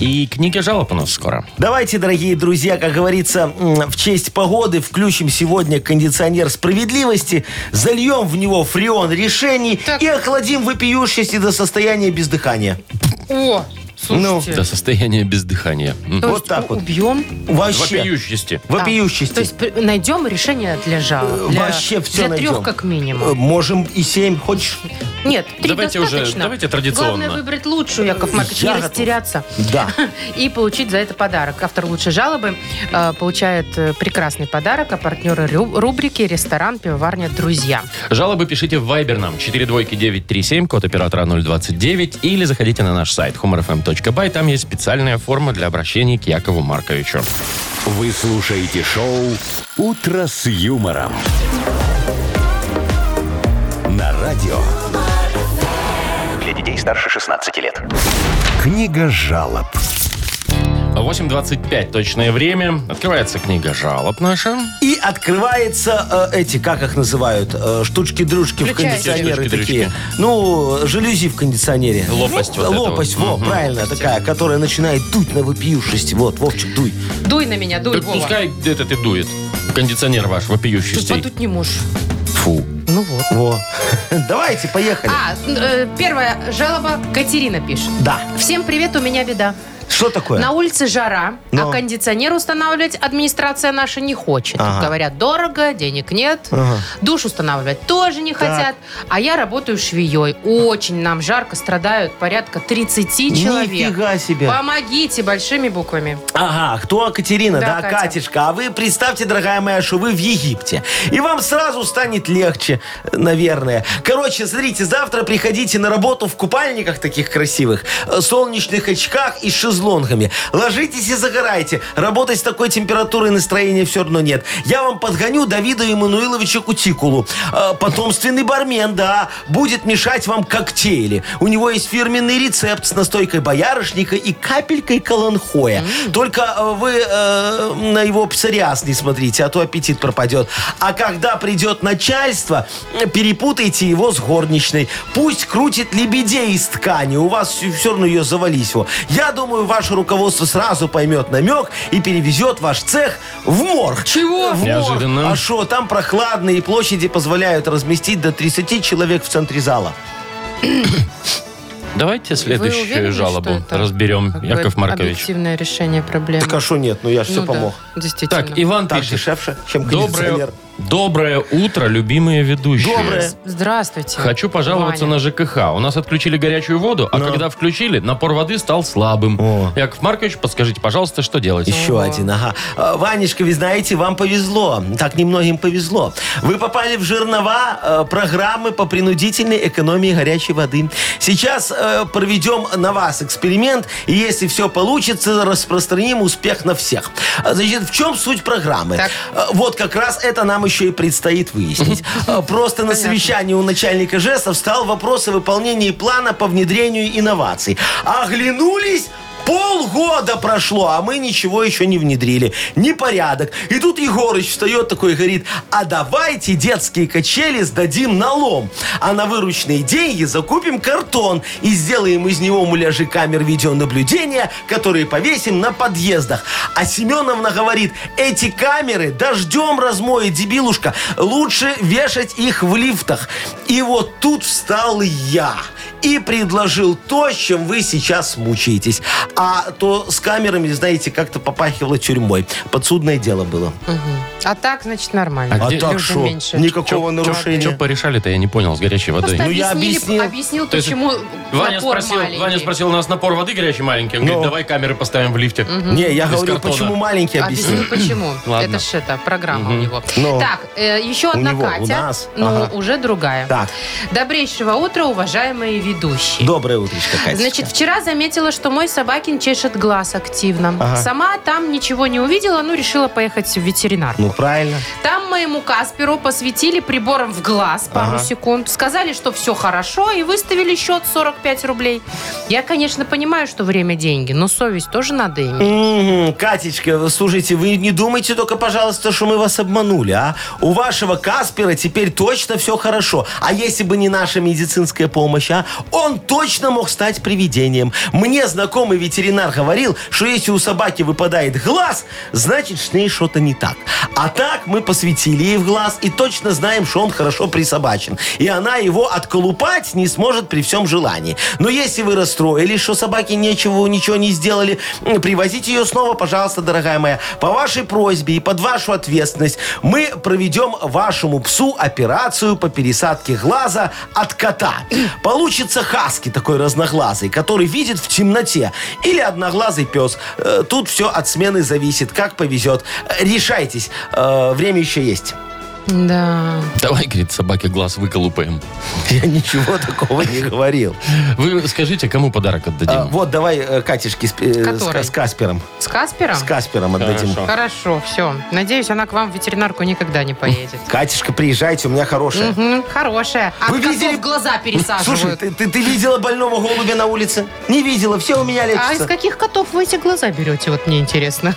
Speaker 2: И книга жалоб у нас скоро.
Speaker 4: Давайте, дорогие друзья, как говорится, м, в честь погоды включим сегодня кондиционер справедливости, зальем в него фреон решений
Speaker 3: Так.
Speaker 4: и охладим вопиющести до состояния бездыхания.
Speaker 3: О, слушайте.
Speaker 2: До состояния бездыхания. М.
Speaker 3: То
Speaker 4: вот
Speaker 3: есть
Speaker 4: Ну, так вот.
Speaker 3: Убьем.
Speaker 4: Вообще.
Speaker 2: Вопиющести.
Speaker 4: Вопиющести.
Speaker 3: То есть при- найдем решение для жалоб. Для,
Speaker 4: Э, Вообще все
Speaker 3: Для
Speaker 4: найдем.
Speaker 3: трех как минимум.
Speaker 4: Э, Можем и семь, хочешь?
Speaker 3: Нет, три
Speaker 2: Давайте уже-
Speaker 3: достаточно.
Speaker 2: давайте традиционно.
Speaker 3: Главное выбрать лучшую, Яков Маркович,
Speaker 4: Я
Speaker 3: не
Speaker 4: готов.
Speaker 3: растеряться.
Speaker 4: Да.
Speaker 3: И получить за это подарок. Автор лучшей жалобы э, получает э, прекрасный подарок, а партнеры рю- рубрики «Ресторан, пивоварня, друзья».
Speaker 2: Жалобы пишите в Viber нам 42937, код оператора 029, или заходите на наш сайт humorfm.by. Там есть специальная форма для обращения к Якову Марковичу.
Speaker 1: Вы слушаете шоу «Утро с юмором» на радио.
Speaker 8: Для детей старше 16 лет.
Speaker 1: Книга жалоб.
Speaker 2: 8.25 точное время. Открывается книга жалоб наша.
Speaker 4: И открывается э, эти, как их называют, э, штучки-дружки в
Speaker 3: Включайте.
Speaker 4: кондиционеры
Speaker 2: Штучки-дрючки.
Speaker 4: такие. Ну, жалюзи в кондиционере.
Speaker 2: Лопасть вот эта вот.
Speaker 4: Лопасть, во,
Speaker 2: Мгм.
Speaker 4: правильно, такая, которая начинает дуть на вопиюшесть. Вот, Вовчик, дуй.
Speaker 3: Дуй на меня, дуй,
Speaker 2: Так
Speaker 3: Вова.
Speaker 2: пускай где-то ты дует. Кондиционер ваш вопиющий
Speaker 3: Тут
Speaker 2: стей.
Speaker 3: подуть не можешь.
Speaker 4: Фу.
Speaker 3: Ну вот.
Speaker 4: Во. Давайте, поехали.
Speaker 3: А, э, первая жалоба Катерина пишет.
Speaker 4: Да.
Speaker 3: Всем привет, у меня беда.
Speaker 4: Что такое?
Speaker 3: На улице жара,
Speaker 4: Но.
Speaker 3: а кондиционер устанавливать администрация наша не хочет.
Speaker 4: Ага.
Speaker 3: Говорят, дорого, денег нет.
Speaker 4: Ага.
Speaker 3: Душ устанавливать тоже не хотят. А я работаю швеей. Очень нам жарко, страдают порядка 30 человек.
Speaker 4: Нифига себе.
Speaker 3: Помогите большими буквами.
Speaker 4: Ага, кто Катерина,
Speaker 3: Да,
Speaker 4: да,
Speaker 3: Катя.
Speaker 4: Катюшка. А вы представьте, дорогая моя, что вы в Египте. И вам сразу станет легче, наверное. Короче, смотрите, завтра приходите на работу в купальниках таких красивых, э, солнечных очках и с шезлонгами. Ложитесь и загорайте. Работать с такой температурой настроения все равно нет. Я вам подгоню Давида Эммануиловича Кутикулу. Э, Потомственный бармен, да, будет мешать вам коктейли. У него есть фирменный рецепт с настойкой боярышника и капелькой каланхоя. Только э, вы э, на его псориаз не смотрите, а то аппетит пропадет. А когда придет начальство, э, перепутайте его с горничной. Пусть крутит лебедей из ткани, у вас все равно ее завались. Во. Я думаю, ваше руководство сразу поймет намек и перевезет ваш цех в морг.
Speaker 3: Чего?
Speaker 4: В морг.
Speaker 2: Неожиданно.
Speaker 4: А что, там прохладно и площади позволяют разместить до 30 человек в центре зала.
Speaker 2: Давайте следующую
Speaker 3: Вы уверены,
Speaker 2: жалобу
Speaker 3: что это
Speaker 2: разберем,
Speaker 3: как бы
Speaker 2: Яков Маркович.
Speaker 3: Объективное решение проблемы.
Speaker 4: Так а шо нет, ну я же
Speaker 3: Ну
Speaker 4: все
Speaker 3: да,
Speaker 4: помог.
Speaker 3: Действительно.
Speaker 2: Так, Иван
Speaker 4: Так
Speaker 2: пишет.
Speaker 4: дешевше, чем
Speaker 2: Доброе,
Speaker 4: кондиционер.
Speaker 2: Доброе утро, любимые ведущие.
Speaker 4: Доброе.
Speaker 3: Здравствуйте.
Speaker 2: Хочу пожаловаться
Speaker 3: Ваня.
Speaker 2: на ЖКХ. У нас отключили горячую воду, а когда включили, напор воды стал слабым.
Speaker 4: Ну. О.
Speaker 2: Яков Маркович, подскажите, пожалуйста, что делать?
Speaker 4: Еще один, ага. А, Ванечка, вы знаете, вам повезло. Так немногим повезло. Вы попали в жернова э, программы по принудительной экономии горячей воды. Сейчас э, проведем на вас эксперимент, и если все получится, распространим успех на всех. А, Значит, в чем суть программы?
Speaker 3: Так.
Speaker 4: Э, Вот как раз это нам еще и предстоит выяснить. Э, Просто на совещании у начальника ЖЭСа встал вопрос о выполнении плана по внедрению инноваций. Оглянулись, Полгода прошло, а мы ничего еще не внедрили. Непорядок. И тут Егорыч встает такой и говорит, а давайте детские качели сдадим на лом, а на выручные деньги закупим картон и сделаем из него муляжи камер видеонаблюдения, которые повесим на подъездах. А Семеновна говорит, эти камеры дождем размоет, дебилушка. Лучше вешать их в лифтах. И вот тут встал я и предложил то, с чем вы сейчас мучаетесь. А то с камерами, знаете, как-то попахивало тюрьмой. Подсудное дело было.
Speaker 3: А так, значит, нормально.
Speaker 2: А
Speaker 3: Люди
Speaker 2: так
Speaker 4: шо?
Speaker 3: меньше.
Speaker 4: Никакого нарушения.
Speaker 2: Что порешали-то, я не понял, с горячей водой.
Speaker 3: Просто
Speaker 4: Ну, я
Speaker 3: объяснили-
Speaker 4: объяснил.
Speaker 3: объяснил,
Speaker 2: То есть
Speaker 3: почему
Speaker 2: Ваня
Speaker 3: напор
Speaker 2: спросил,
Speaker 3: маленький.
Speaker 2: Ваня спросил, у нас напор воды горячий маленький. Он говорит,
Speaker 4: Ну.
Speaker 2: давай камеры поставим в лифте.
Speaker 4: Не, я
Speaker 2: Без
Speaker 4: говорю,
Speaker 2: картона.
Speaker 4: почему маленький
Speaker 3: Объяснил,
Speaker 4: объяснил.
Speaker 3: почему.
Speaker 2: Ладно.
Speaker 3: Это ж это, программа у него.
Speaker 4: Ну,
Speaker 3: так, э, еще одна
Speaker 4: него, у
Speaker 3: Катя,
Speaker 4: нас.
Speaker 3: но
Speaker 4: Ага.
Speaker 3: уже другая.
Speaker 4: Так.
Speaker 3: Добрейшего утра, уважаемые ведущие.
Speaker 4: Доброе утречко, Катя.
Speaker 3: Значит, вчера заметила, что мой собакин чешет глаз активно. Сама там ничего не увидела, ну, решила поехать в ветеринар.
Speaker 4: ну правильно.
Speaker 3: Там моему Касперу посветили прибором в глаз пару секунд. Сказали, что все хорошо, и выставили счет 45 рублей. Я, конечно, понимаю, что время деньги, но совесть тоже надо иметь.
Speaker 4: Мгм, Катечка, слушайте, вы не думайте только, пожалуйста, что мы вас обманули, а? У вашего Каспера теперь точно все хорошо. А если бы не наша медицинская помощь, а? Он точно мог стать привидением. Мне знакомый ветеринар говорил, что если у собаки выпадает глаз, значит, с ней что-то не так. А так мы посветили ей в глаз и точно знаем, что он хорошо присобачен. И она его отколупать не сможет при всем желании. Но если вы расстроились, что собаке нечего, ничего не сделали, м, привозите ее снова, пожалуйста, дорогая моя. По вашей просьбе и под вашу ответственность мы проведем вашему псу операцию по пересадке глаза от кота. Получится хаски такой разноглазый, который видит в темноте. Или одноглазый пес. Э, Тут все от смены зависит, как повезет. Э, Решайтесь, Э, время еще есть.
Speaker 3: Да.
Speaker 2: Давай, говорит, собаке глаз выколупаем.
Speaker 4: Я ничего такого не говорил.
Speaker 2: Вы скажите, кому подарок отдадим?
Speaker 4: А, Вот, давай э, Катюшке с, э, с-
Speaker 3: Которой? А.
Speaker 4: с Каспером.
Speaker 3: С Каспером?
Speaker 4: С Каспером отдадим.
Speaker 2: Хорошо.
Speaker 3: Хорошо, все. Надеюсь, она к вам в ветеринарку никогда не поедет.
Speaker 4: Катюшка, приезжайте, у меня хорошая.
Speaker 3: Мгм, Хорошая. А
Speaker 4: Вы
Speaker 3: котов
Speaker 4: видели-
Speaker 3: в глаза
Speaker 4: Слушай,
Speaker 3: пересаживают.
Speaker 4: ты, ты- ты видела больного голубя на улице? Не видела, все у меня
Speaker 3: А из
Speaker 4: лечатся.
Speaker 3: каких котов вы эти глаза берете? Вот мне интересно.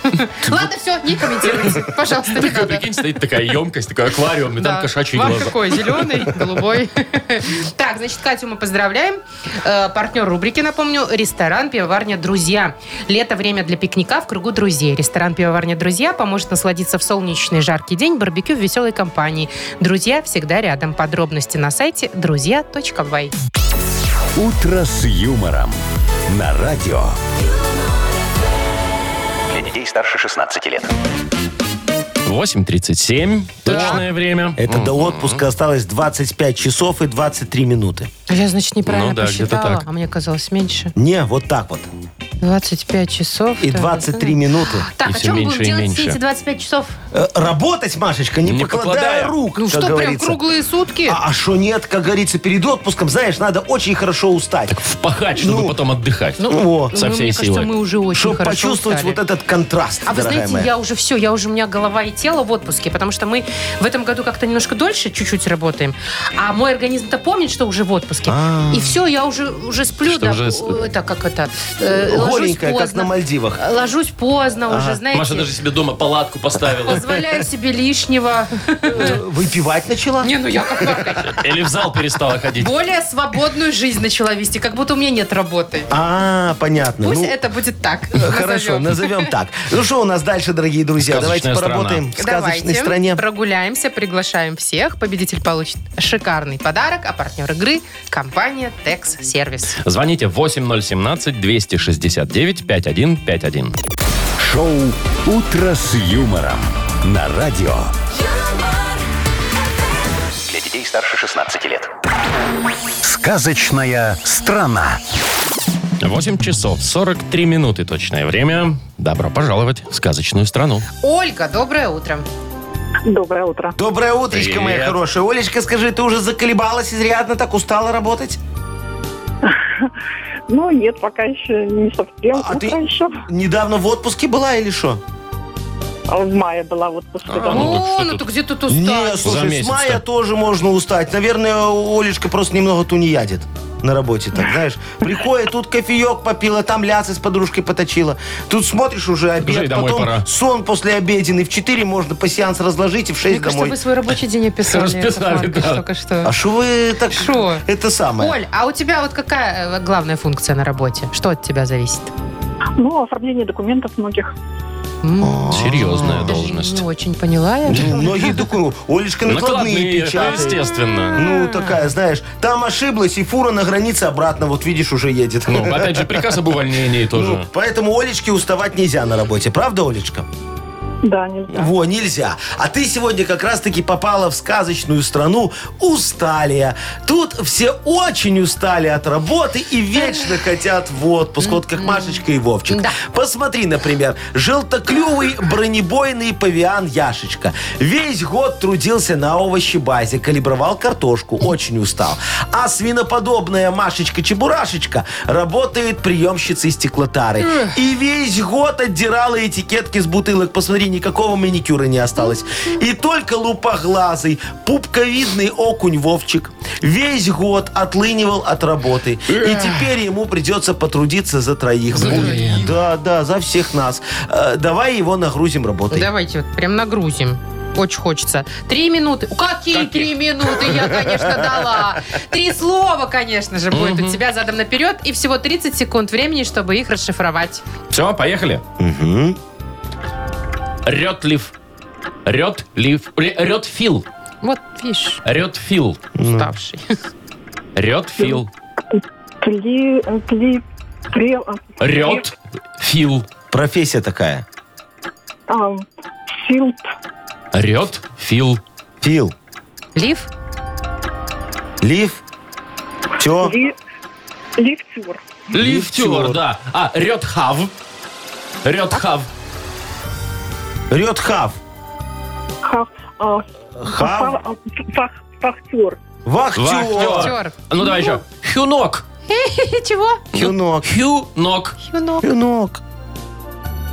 Speaker 3: Ладно, все, не комментируйте. Пожалуйста, не
Speaker 2: Такой,
Speaker 3: надо.
Speaker 2: прикинь, стоит такая емкость, такой аквариум, и там
Speaker 3: Да.
Speaker 2: кошачьи
Speaker 3: Вам
Speaker 2: глаза.
Speaker 3: какой? Зеленый, голубой? Так, значит, Катю мы поздравляем. Э, Партнер рубрики, напомню, ресторан «Пивоварня Друзья». Лето – время для пикника в кругу друзей. Ресторан «Пивоварня Друзья» поможет насладиться в солнечный жаркий день барбекю в веселой компании. Друзья всегда рядом. Подробности на сайте друзья.бай.
Speaker 1: «Утро с юмором» на радио.
Speaker 8: Для детей старше 16 лет.
Speaker 2: 8.37, точное время.
Speaker 4: Это до отпуска осталось 25 часов и 23 минуты.
Speaker 3: А Я, значит, неправильно
Speaker 2: Ну да, где-то
Speaker 3: посчитала,
Speaker 2: так.
Speaker 3: а мне казалось меньше.
Speaker 4: Не, вот так вот.
Speaker 3: 25 часов.
Speaker 4: И 23 минуты.
Speaker 3: Так,
Speaker 2: И
Speaker 3: о
Speaker 2: всё
Speaker 3: чем будем
Speaker 2: меньше и
Speaker 3: делать все
Speaker 2: меньше.
Speaker 3: эти 25 часов?
Speaker 4: Э, Работать, Машечка, не,
Speaker 2: Не
Speaker 4: покладая,
Speaker 2: покладая.
Speaker 4: рук,
Speaker 3: Ну
Speaker 4: как
Speaker 3: что, прям
Speaker 4: говорится.
Speaker 3: круглые сутки?
Speaker 4: А что нет, как говорится, перед отпуском, знаешь, надо очень хорошо устать.
Speaker 2: Пахать, чтобы
Speaker 4: Ну.
Speaker 2: потом отдыхать.
Speaker 4: Во.
Speaker 2: со
Speaker 3: Ну,
Speaker 2: всей
Speaker 3: мне кажется,
Speaker 2: силой.
Speaker 3: мы уже очень
Speaker 4: Чтобы
Speaker 3: хорошо
Speaker 4: почувствовать
Speaker 3: устали.
Speaker 4: вот этот контраст,
Speaker 3: А вы
Speaker 4: дорогая
Speaker 3: знаете,
Speaker 4: моя.
Speaker 3: я уже все, я уже у меня голова и тело в отпуске, потому что мы в этом году как-то немножко дольше чуть-чуть работаем, а мой организм-то помнит, что уже в отпуске. И все, я уже уже сплю,
Speaker 2: Что
Speaker 3: да,
Speaker 2: уже с-
Speaker 3: э, это как это, э, ложусь
Speaker 4: Голенькая, как на
Speaker 3: поздно,
Speaker 4: Мальдивах.
Speaker 3: ложусь поздно уже, знаете.
Speaker 2: Маша даже себе дома палатку поставила.
Speaker 3: Позволяю себе лишнего.
Speaker 4: Выпивать начала?
Speaker 3: Э, Не, ну я как Маркович,
Speaker 2: Или в зал перестала ходить.
Speaker 4: Ну.
Speaker 3: более свободную жизнь начала вести, как будто у меня нет работы.
Speaker 4: А, понятно.
Speaker 3: Пусть
Speaker 4: Ну,
Speaker 3: это будет так.
Speaker 4: Хорошо,
Speaker 3: назовем.
Speaker 4: назовем так. Ну что у нас дальше, дорогие друзья?
Speaker 2: Сказочная
Speaker 4: Давайте поработаем в сказочной
Speaker 3: Давайте
Speaker 4: стране.
Speaker 3: прогуляемся, приглашаем всех. Победитель получит шикарный подарок, а партнер игры – компания Tex Сервис.
Speaker 2: Звоните 8017-269-5151.
Speaker 1: Шоу «Утро с юмором» на радио.
Speaker 7: юмор,
Speaker 8: детей старше 16 лет.
Speaker 1: Сказочная страна.
Speaker 2: 8 часов 43 минуты точное время. Добро пожаловать в сказочную страну.
Speaker 3: Ольга, доброе утро.
Speaker 5: Доброе утро.
Speaker 4: Доброе утречко, моя
Speaker 2: Привет.
Speaker 4: хорошая. Олечка, скажи, ты уже заколебалась изрядно, так устала работать?
Speaker 5: Ну, нет, пока еще не совсем.
Speaker 4: А
Speaker 5: Утро
Speaker 4: ты-
Speaker 5: еще.
Speaker 4: Недавно в отпуске была или что?
Speaker 5: А в мае была в отпуске.
Speaker 2: А,
Speaker 5: да.
Speaker 2: ну, так
Speaker 3: О,
Speaker 2: что
Speaker 3: ну
Speaker 2: тут?
Speaker 3: ты где тут
Speaker 4: Не,
Speaker 3: устал?
Speaker 2: За
Speaker 4: слушай, с
Speaker 2: месяц-то.
Speaker 4: мая тоже можно устать. Наверное, Олечка просто немного тунеядит на работе, так знаешь. Приходит, тут кофеек попила, там лясы с подружкой поточила. Тут смотришь уже обед,
Speaker 2: Уже и домой
Speaker 4: потом
Speaker 2: пора.
Speaker 4: сон после обеденный. В 4 можно по сеанс разложить и в 6
Speaker 3: Мне кажется,
Speaker 4: домой.
Speaker 3: вы свой рабочий день описали. Яков
Speaker 2: Расписали,
Speaker 3: Маркович,
Speaker 2: да.
Speaker 3: Только что.
Speaker 4: А что вы так...
Speaker 3: Шо?
Speaker 4: Это самое.
Speaker 3: Оль, а у тебя вот какая э, главная функция на работе? Что от тебя зависит?
Speaker 5: Ну, оформление документов многих.
Speaker 3: М,
Speaker 4: А.
Speaker 2: Серьезная
Speaker 3: даже
Speaker 2: должность.
Speaker 3: Не очень поняла я.
Speaker 4: Ну, Многие документы. Олечка накладные,
Speaker 2: Накладные, ну,
Speaker 4: печатает.
Speaker 2: естественно.
Speaker 4: Ну, такая, знаешь, там ошиблась, и фура на границе обратно, вот видишь, уже едет.
Speaker 2: Ну, опять же, приказ об увольнении
Speaker 4: Ну,
Speaker 2: тоже.
Speaker 4: поэтому Олечке уставать нельзя на работе. Правда, Олечка?
Speaker 5: Да, не знаю.
Speaker 4: Во, нельзя. А ты сегодня как раз-таки попала в сказочную страну Усталия. Тут все очень устали от работы и вечно хотят в отпуск. Вот как Машечка и Вовчик.
Speaker 3: Да.
Speaker 4: Посмотри, например, желтоклювый бронебойный павиан Яшечка. Весь год трудился на овощебазе, калибровал картошку, очень устал. А свиноподобная Машечка Чебурашечка работает приемщицей стеклотары. И весь год отдирала этикетки с бутылок. Посмотри, никакого маникюра не осталось. И только лупоглазый, пупковидный окунь Вовчик весь год отлынивал от работы. И теперь ему придется потрудиться за троих.
Speaker 2: За
Speaker 4: Будет-
Speaker 2: троих.
Speaker 4: да, да, за всех нас. Э, Давай его нагрузим работой.
Speaker 3: Ну, Давайте вот прям нагрузим. Очень хочется. Три минуты. Какие три минуты я, конечно, дала. Три слова, конечно же, будет у тебя задом наперед. И всего 30 секунд времени, чтобы их расшифровать.
Speaker 2: Все, поехали. Ретлиф. Ретлиф. Ретфил.
Speaker 3: Вот, видишь,
Speaker 2: Ретфил.
Speaker 4: Ну.
Speaker 3: уставший.
Speaker 2: Ретфил.
Speaker 5: Кли... э, Кли... э, Кри...
Speaker 2: Ретфил.
Speaker 4: Профессия такая.
Speaker 5: А, силт.
Speaker 2: Ретфил.
Speaker 4: Фил,
Speaker 3: Лив?
Speaker 4: лиф, все.
Speaker 5: Ли... Лифтюр.
Speaker 2: Лифтер,
Speaker 4: Лифтер.
Speaker 2: да. А, ретхав. Ретхав.
Speaker 4: Рет хав.
Speaker 5: Хав... А,
Speaker 4: Хав.
Speaker 5: фа- а, фах- Фахтер.
Speaker 4: Вахтер.
Speaker 2: Вахтер.
Speaker 3: Актер.
Speaker 2: Ну, давай еще. Хюнок.
Speaker 3: Чего?
Speaker 4: Юнок.
Speaker 2: Хюнок.
Speaker 3: Юнок.
Speaker 4: Юнок.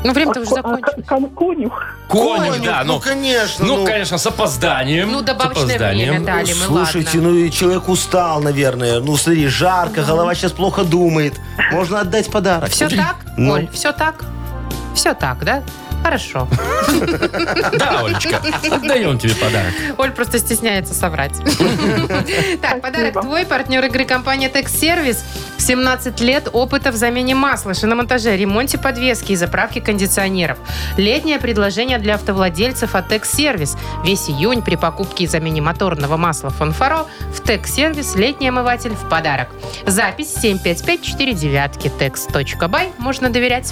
Speaker 3: Ну, время-то уже
Speaker 5: А, а,
Speaker 3: закончилось.
Speaker 5: кон- Конюх.
Speaker 2: Конь, да,
Speaker 4: ну,
Speaker 2: ну.
Speaker 4: конечно.
Speaker 2: Ну, конечно, с опозданием.
Speaker 3: Ну,
Speaker 2: с
Speaker 3: добавочное
Speaker 2: опозданием.
Speaker 3: время дали мы,
Speaker 4: Слушайте,
Speaker 3: ладно.
Speaker 4: ну и человек устал, наверное. Ну, смотри, жарко, голова сейчас плохо думает. Можно отдать подарок.
Speaker 3: Все так,
Speaker 4: Ну.
Speaker 3: Оль, все так? Все так, да? Хорошо.
Speaker 2: Да, Олечка, отдаем тебе подарок.
Speaker 3: Оль просто стесняется соврать. Так, подарок твой, партнер игры компания «Текс-сервис». 17 лет опыта в замене масла, шиномонтаже, ремонте подвески и заправке кондиционеров. Летнее предложение для автовладельцев от «Текс-сервис». Весь июнь при покупке и замене моторного масла «Фанфаро» в «Текс-сервис» летний омыватель в подарок. Запись 75549 tex.by. Можно доверять.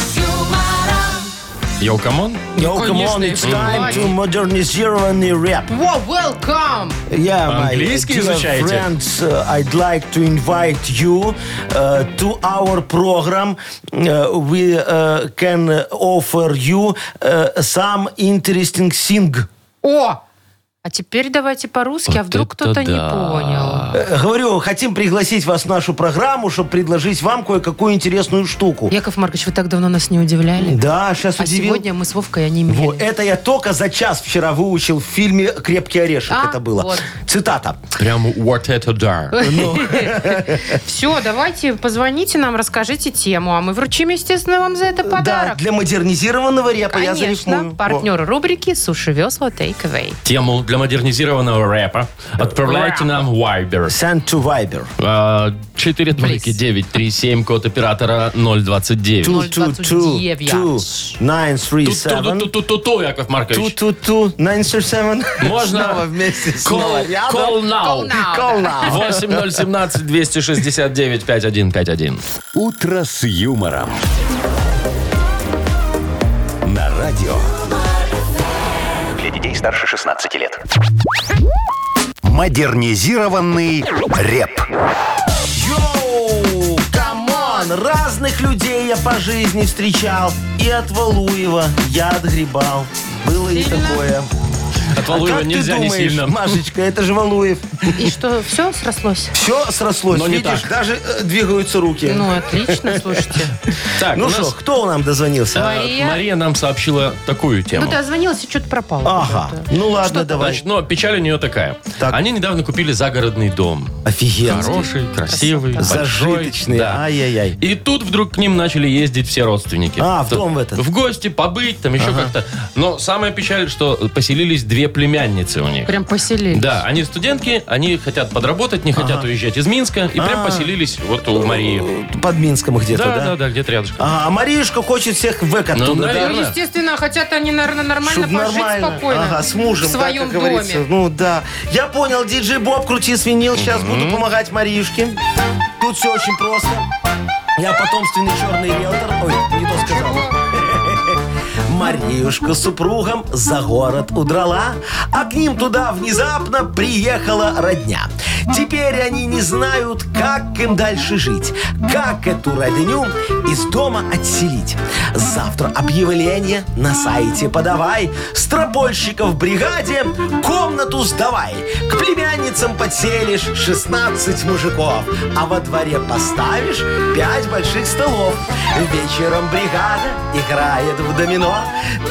Speaker 2: Йоу, камон.
Speaker 4: Yo, come
Speaker 3: конечно,
Speaker 4: on,
Speaker 3: и
Speaker 4: it's time
Speaker 3: понимать.
Speaker 4: to modernizirованный рэп.
Speaker 3: Wow, welcome!
Speaker 4: Yeah, my
Speaker 2: Английский
Speaker 4: dear
Speaker 2: изучаете?
Speaker 4: friends, uh, I'd like to invite you uh, to our program. Uh, we uh, can offer you uh, some interesting thing.
Speaker 3: О! А теперь давайте по-русски, а
Speaker 2: Вот это
Speaker 3: вдруг кто-то не
Speaker 2: да.
Speaker 3: понял.
Speaker 4: Э, Говорю, хотим пригласить вас в нашу программу, чтобы предложить вам кое-какую интересную штуку.
Speaker 3: Яков Маркович, вы так давно нас не удивляли.
Speaker 4: Да, сейчас
Speaker 3: А
Speaker 4: удивил.
Speaker 3: сегодня мы с Вовкой онемели.
Speaker 4: Во, э. это я только за час вчера выучил в фильме «Крепкий орешек».
Speaker 3: А,
Speaker 4: это было.
Speaker 3: вот. Ну,
Speaker 4: Цитата.
Speaker 2: Прям what это да.
Speaker 3: Все, давайте позвоните нам, расскажите тему, а мы вручим, естественно, вам за это
Speaker 4: Да,
Speaker 3: подарок.
Speaker 4: для модернизированного репа я
Speaker 3: Конечно,
Speaker 4: зарифмую. Во.
Speaker 3: партнер рубрики «Суши весла Take Away».
Speaker 2: Тему для модернизированного рэпа, отправляйте нам Viber.
Speaker 4: Send to Viber.
Speaker 2: А, Четыре тройки 937, код оператора 029.
Speaker 3: 029.
Speaker 4: 937
Speaker 2: Ту-ту-ту-ту-ту, Яков Маркович.
Speaker 4: 937
Speaker 2: Можно?
Speaker 4: Снова вместе с
Speaker 2: Call, call now.
Speaker 4: Call now.
Speaker 2: 8017 269 5151.
Speaker 1: «Утро с юмором». На радио
Speaker 8: Для детей старше 16 лет.
Speaker 1: «Модернизированный реп».
Speaker 4: Йоу, камон, разных людей я по жизни встречал. И от Валуева я отгребал. Было и такое. А
Speaker 2: От Валуева
Speaker 4: как ты
Speaker 2: нельзя не
Speaker 4: думаешь,
Speaker 2: сильно.
Speaker 4: Машечка, это же Валуев.
Speaker 3: И что, все срослось?
Speaker 4: Все срослось,
Speaker 2: Но не
Speaker 4: видишь,
Speaker 2: так.
Speaker 4: даже э, двигаются руки.
Speaker 3: Ну, отлично, слушайте.
Speaker 2: Так, у
Speaker 4: Ну
Speaker 2: нас,
Speaker 4: что, кто нам
Speaker 2: э,
Speaker 4: дозвонился?
Speaker 3: Мария?
Speaker 2: Мария нам сообщила такую
Speaker 3: Ну,
Speaker 2: тему.
Speaker 3: ты озвонилась и что-то пропало.
Speaker 4: Ага, ну ладно, давай.
Speaker 2: Значит, но печаль у нее такая.
Speaker 4: Так.
Speaker 2: Они недавно купили загородный дом.
Speaker 4: Офигенно.
Speaker 2: Хороший, красивый,
Speaker 3: Красота.
Speaker 2: большой.
Speaker 4: Зажиточный,
Speaker 2: Да.
Speaker 4: ай-яй-яй.
Speaker 2: И тут вдруг к ним начали ездить все родственники.
Speaker 4: А, в
Speaker 2: То-
Speaker 4: дом в этот.
Speaker 2: В гости, побыть, там еще как-то. Но самая печаль, что поселились две племянницы у них.
Speaker 3: Прям поселили.
Speaker 2: Да, они студентки, они хотят подработать, не хотят уезжать из Минска. И прям
Speaker 4: А.
Speaker 2: поселились вот у Марии.
Speaker 4: Под Минском где-то,
Speaker 2: Да, да,
Speaker 4: да?
Speaker 2: да, где-то рядышком.
Speaker 4: Ага, а Мариюшка хочет всех в эко
Speaker 2: Ну,
Speaker 4: оттуда, да?
Speaker 2: наверное.
Speaker 3: Ну, естественно, хотят они, наверное, нормально
Speaker 4: Чтоб
Speaker 3: пожить
Speaker 4: нормально.
Speaker 3: спокойно.
Speaker 4: Ага, с мужем,
Speaker 3: В
Speaker 4: да,
Speaker 3: своем
Speaker 4: как говорится.
Speaker 3: доме.
Speaker 4: Ну да. Я понял, диджей Боб, крути свинил. Сейчас буду помогать Мариюшке. Тут все очень просто. Я потомственный черный риэлтор. Ой, не то сказал. Мариюшка с супругом за город удрала, а к ним туда внезапно приехала родня. Теперь они не знают, как им дальше жить, как эту родню из дома отселить. Завтра объявление на сайте подавай, стропольщиков в бригаде, комнату сдавай. К племянницам подселишь 16 мужиков, а во дворе поставишь 5 больших столов. Вечером бригада играет в домино,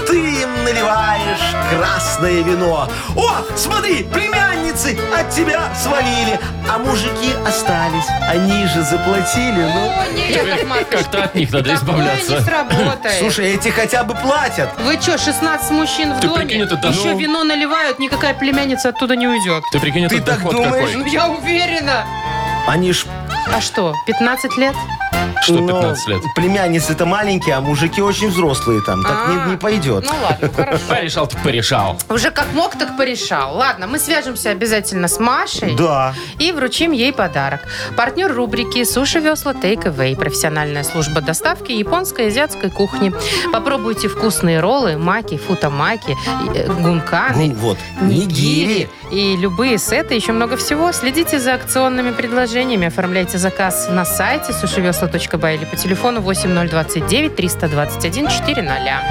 Speaker 4: ты им наливаешь красное вино. О, смотри, племянницы от тебя свалили, а мужики остались, они же заплатили. Ну,
Speaker 3: О, нет, Яков Маркович,
Speaker 2: Как-то от них надо
Speaker 3: такое не
Speaker 2: избавляться.
Speaker 3: сработает.
Speaker 4: слушай, эти хотя бы платят.
Speaker 3: Вы что, 16 мужчин в
Speaker 2: Ты
Speaker 3: доме?
Speaker 2: прикинь, это даже-
Speaker 3: Еще
Speaker 2: Ну.
Speaker 3: вино наливают, никакая племянница оттуда не уйдет.
Speaker 2: Ты прикинь,
Speaker 4: Ты
Speaker 2: этот
Speaker 4: так
Speaker 2: доход
Speaker 4: думаешь?
Speaker 2: какой?
Speaker 3: Ну, я уверена.
Speaker 4: Они ж
Speaker 3: А что, 15 лет?
Speaker 2: Что
Speaker 4: Ну,
Speaker 2: 15 лет?
Speaker 4: Племянницы-то маленькие, а мужики очень взрослые там. Так
Speaker 3: А,
Speaker 4: не, не пойдет.
Speaker 3: Ну, ладно, хорошо.
Speaker 2: Порешал, ты порешал.
Speaker 3: Уже как мог, так порешал. Ладно, мы свяжемся обязательно с Машей.
Speaker 4: Да.
Speaker 3: И вручим ей подарок. Партнер рубрики «Суши-весла Take Away» – профессиональная служба доставки японской и азиатской кухни. Попробуйте вкусные роллы, маки, футамаки, э,
Speaker 4: Ну
Speaker 3: гунканы,
Speaker 4: вот,
Speaker 3: нигири
Speaker 4: нигири.
Speaker 3: и любые сеты, еще много всего. Следите за акционными предложениями, оформляйте заказ на сайте сушевесла.бай или по телефону 8029 321 400.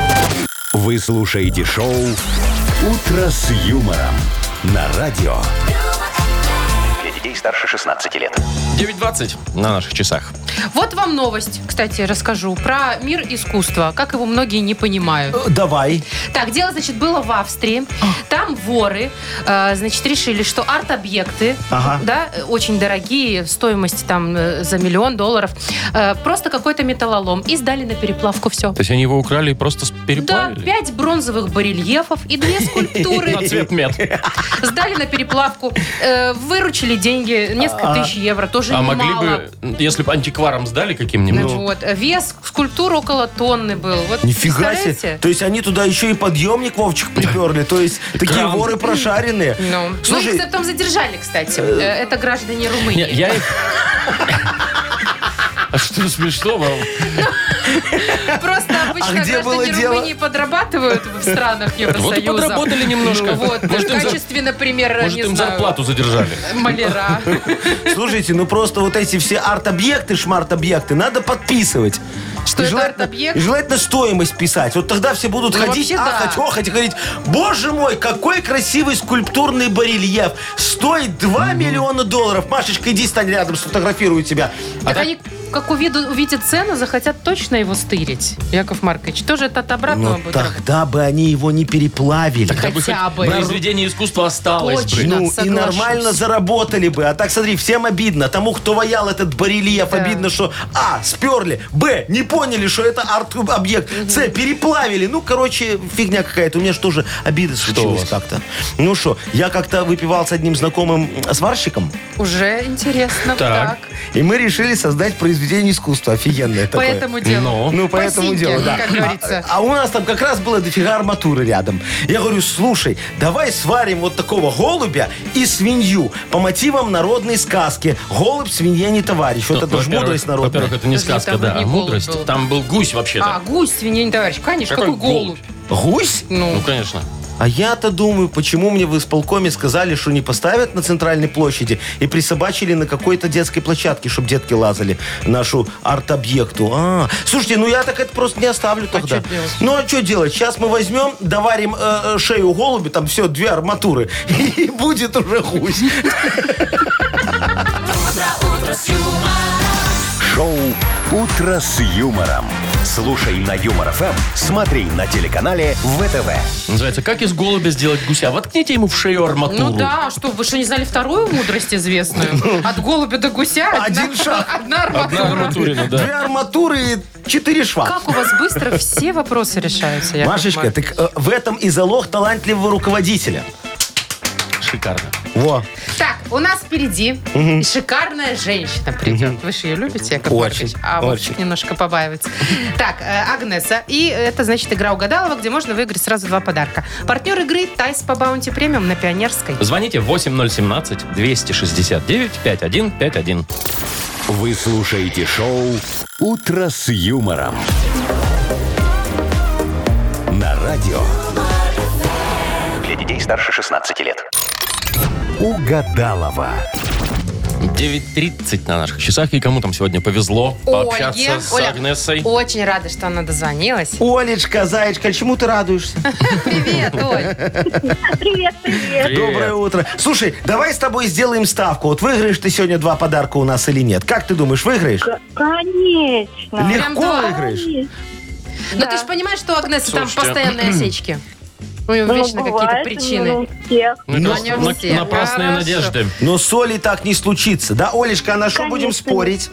Speaker 1: Вы слушаете шоу «Утро с юмором» на радио.
Speaker 8: Для детей старше 16 лет.
Speaker 2: 9.20 на наших часах.
Speaker 3: Вот вам новость, кстати, расскажу про мир искусства, как его многие не понимают.
Speaker 4: Э, Давай.
Speaker 3: Так, дело, значит, было в Австрии. Там воры, э, значит, решили, что арт-объекты,
Speaker 4: Ага.
Speaker 3: да, э, очень дорогие, стоимость там э, за миллион долларов, э, просто какой-то металлолом, и сдали на переплавку все.
Speaker 2: То есть они его украли и просто с-
Speaker 3: Да,
Speaker 2: переплавили?
Speaker 3: пять бронзовых барельефов и две скульптуры.
Speaker 2: На цвет мед.
Speaker 3: Сдали на переплавку, э, выручили деньги, несколько тысяч евро, тоже
Speaker 2: А могли
Speaker 3: немало. Ну
Speaker 2: бы, ну, если бы антикварам сдали
Speaker 4: Ну,
Speaker 2: каким-нибудь?
Speaker 3: Вот. Вес скульптур около тонны был. Вот,
Speaker 4: Нифига себе.
Speaker 3: представляете?
Speaker 4: То есть они туда еще и подъемник Вовчик приперли. То есть такие
Speaker 2: Кран.
Speaker 4: воры прошаренные.
Speaker 3: Ну, ну, их
Speaker 4: Слушай,
Speaker 3: потом задержали, кстати. Э, Это граждане Румынии.
Speaker 2: Не, я их... А что смешного?
Speaker 3: Просто обычно
Speaker 4: А где
Speaker 3: граждане
Speaker 4: было дело?
Speaker 3: Румынии подрабатывают в странах
Speaker 2: Вот и
Speaker 3: Евросоюза.
Speaker 2: подработали немножко.
Speaker 3: Вот,
Speaker 2: Может,
Speaker 3: в
Speaker 2: им зар-
Speaker 3: качестве, например,
Speaker 2: Может,
Speaker 3: не
Speaker 2: им
Speaker 3: знаю,
Speaker 2: зарплату задержали?
Speaker 3: маляра.
Speaker 4: слушайте, ну просто вот эти все арт-объекты, шмарт-объекты надо подписывать.
Speaker 3: Что
Speaker 4: И
Speaker 3: это
Speaker 4: желательно-
Speaker 3: арт-объект?
Speaker 4: и Желательно стоимость писать. Вот тогда все будут
Speaker 3: Ну,
Speaker 4: ходить,
Speaker 3: вообще
Speaker 4: ахать,
Speaker 3: да.
Speaker 4: охать и говорить, боже мой, какой красивый скульптурный барельеф. Стоит 2 миллиона долларов. Машечка, иди стань рядом, сфотографирую тебя.
Speaker 3: Так они как увидят, увидят цену, захотят точно его стырить. Яков Маркович, тоже это от обратного
Speaker 4: Но
Speaker 3: будет работать?
Speaker 4: тогда бы они его не переплавили.
Speaker 2: Хотя бы
Speaker 3: хотя
Speaker 2: хоть
Speaker 3: бы.
Speaker 2: произведение искусства осталось бы.
Speaker 3: Точно.
Speaker 4: Ну, и
Speaker 3: соглашусь.
Speaker 4: нормально заработали бы. А так, смотри, всем обидно. Тому, кто ваял этот барельеф,
Speaker 3: Да.
Speaker 4: обидно, что А, сперли, Б, не поняли, что это арт-объект, С, переплавили. Ну, короче, фигня какая-то. У меня же тоже обида случилась как-то. Ну что, я как-то выпивал с одним знакомым м, сварщиком,
Speaker 3: Уже интересно.
Speaker 2: Так.
Speaker 3: Так.
Speaker 4: и мы решили создать произведение искусства офигенное
Speaker 3: По
Speaker 4: такое.
Speaker 3: этому делу.
Speaker 2: Ну.
Speaker 4: Ну, по этому
Speaker 3: Посиньки
Speaker 4: делу,
Speaker 3: они,
Speaker 4: да.
Speaker 3: как
Speaker 4: А-
Speaker 3: говорится.
Speaker 4: А, у нас там как раз было дофига арматуры рядом. Я говорю, слушай, давай сварим вот такого голубя и свинью по мотивам народной сказки. Голубь, свинья не товарищ. Вот это же
Speaker 2: Во-первых,
Speaker 4: мудрость
Speaker 2: Во-первых,
Speaker 4: народная.
Speaker 2: это не
Speaker 3: Подожди,
Speaker 2: сказка,
Speaker 3: там
Speaker 2: да,
Speaker 3: не
Speaker 2: а
Speaker 3: голубь
Speaker 2: мудрость.
Speaker 3: был.
Speaker 2: Там был гусь вообще-то.
Speaker 3: А, гусь, свиней товарищ. Конечно, какой, голубь?
Speaker 4: Гусь?
Speaker 2: Ну,
Speaker 3: Ну,
Speaker 2: конечно.
Speaker 4: А я-то думаю, почему мне в исполкоме сказали, что не поставят на центральной площади и присобачили на какой-то детской площадке, чтобы детки лазали нашу арт-объекту. А, слушайте, ну я так это просто не оставлю тогда.
Speaker 3: чё делать?
Speaker 4: ну а что делать? Сейчас мы возьмем, доварим э, э, шею голуби, там все, две арматуры, и будет уже гусь.
Speaker 1: Шоу «Утро с юмором». Слушай на Юмор ФМ, смотри на телеканале ВТВ.
Speaker 2: Называется «Как из голубя сделать гуся?» Воткните ему в шею арматуру.
Speaker 3: ну да, что, вы что, не знали вторую мудрость известную? От голубя до гуся одна-
Speaker 4: Один шаг.
Speaker 3: одна
Speaker 2: Одна
Speaker 3: арматура.
Speaker 2: арматурина, ну
Speaker 4: Две
Speaker 2: да.
Speaker 4: арматуры и четыре шва.
Speaker 3: Как у вас быстро все вопросы решаются, Яков
Speaker 4: Машечка,
Speaker 3: Маркович?
Speaker 4: так э, в этом и залог талантливого руководителя.
Speaker 2: Шикарно.
Speaker 4: Во.
Speaker 3: Так, у нас впереди шикарная женщина придет. Вы же ее любите, Яков
Speaker 4: Очень,
Speaker 3: Маркович? А Вовчик
Speaker 4: очень.
Speaker 3: немножко побаивается. Так, э, Агнеса. И это, значит, игра угадалова, где можно выиграть сразу два подарка. Партнер игры Тайс по баунти премиум на Пионерской.
Speaker 2: Звоните 8017-269-5151.
Speaker 1: Вы слушаете шоу «Утро с юмором». На радио
Speaker 8: Для детей старше 16 лет.
Speaker 1: «Угадалова».
Speaker 2: 9.30 на наших часах. И кому там сегодня повезло пообщаться
Speaker 3: Ольге.
Speaker 2: с
Speaker 3: Оля,
Speaker 2: Агнесой.
Speaker 3: Очень рада, что она дозвонилась.
Speaker 4: Олечка, зайчка, чему ты радуешься?
Speaker 3: Привет, Оль.
Speaker 5: Привет, привет.
Speaker 2: Привет.
Speaker 4: Доброе утро. Слушай, давай с тобой сделаем ставку. Вот выиграешь ты сегодня два подарка у нас или нет? Как ты думаешь, выиграешь?
Speaker 5: Конечно.
Speaker 4: Легко
Speaker 3: два?
Speaker 4: выиграешь?
Speaker 3: Но Ну, ты же понимаешь, что у Агнесы там
Speaker 2: Слушайте.
Speaker 3: постоянные осечки. У нее
Speaker 5: Ну,
Speaker 3: вечно какие-то
Speaker 5: бывает, ну,
Speaker 3: причины.
Speaker 5: у всех.
Speaker 2: Ну,
Speaker 4: Ну,
Speaker 2: как
Speaker 3: они
Speaker 2: на-
Speaker 3: все.
Speaker 2: напрасные
Speaker 3: Хорошо.
Speaker 2: надежды.
Speaker 4: Но с Олей так не случится. Да, Олечка, а на что
Speaker 5: Конечно.
Speaker 4: будем спорить?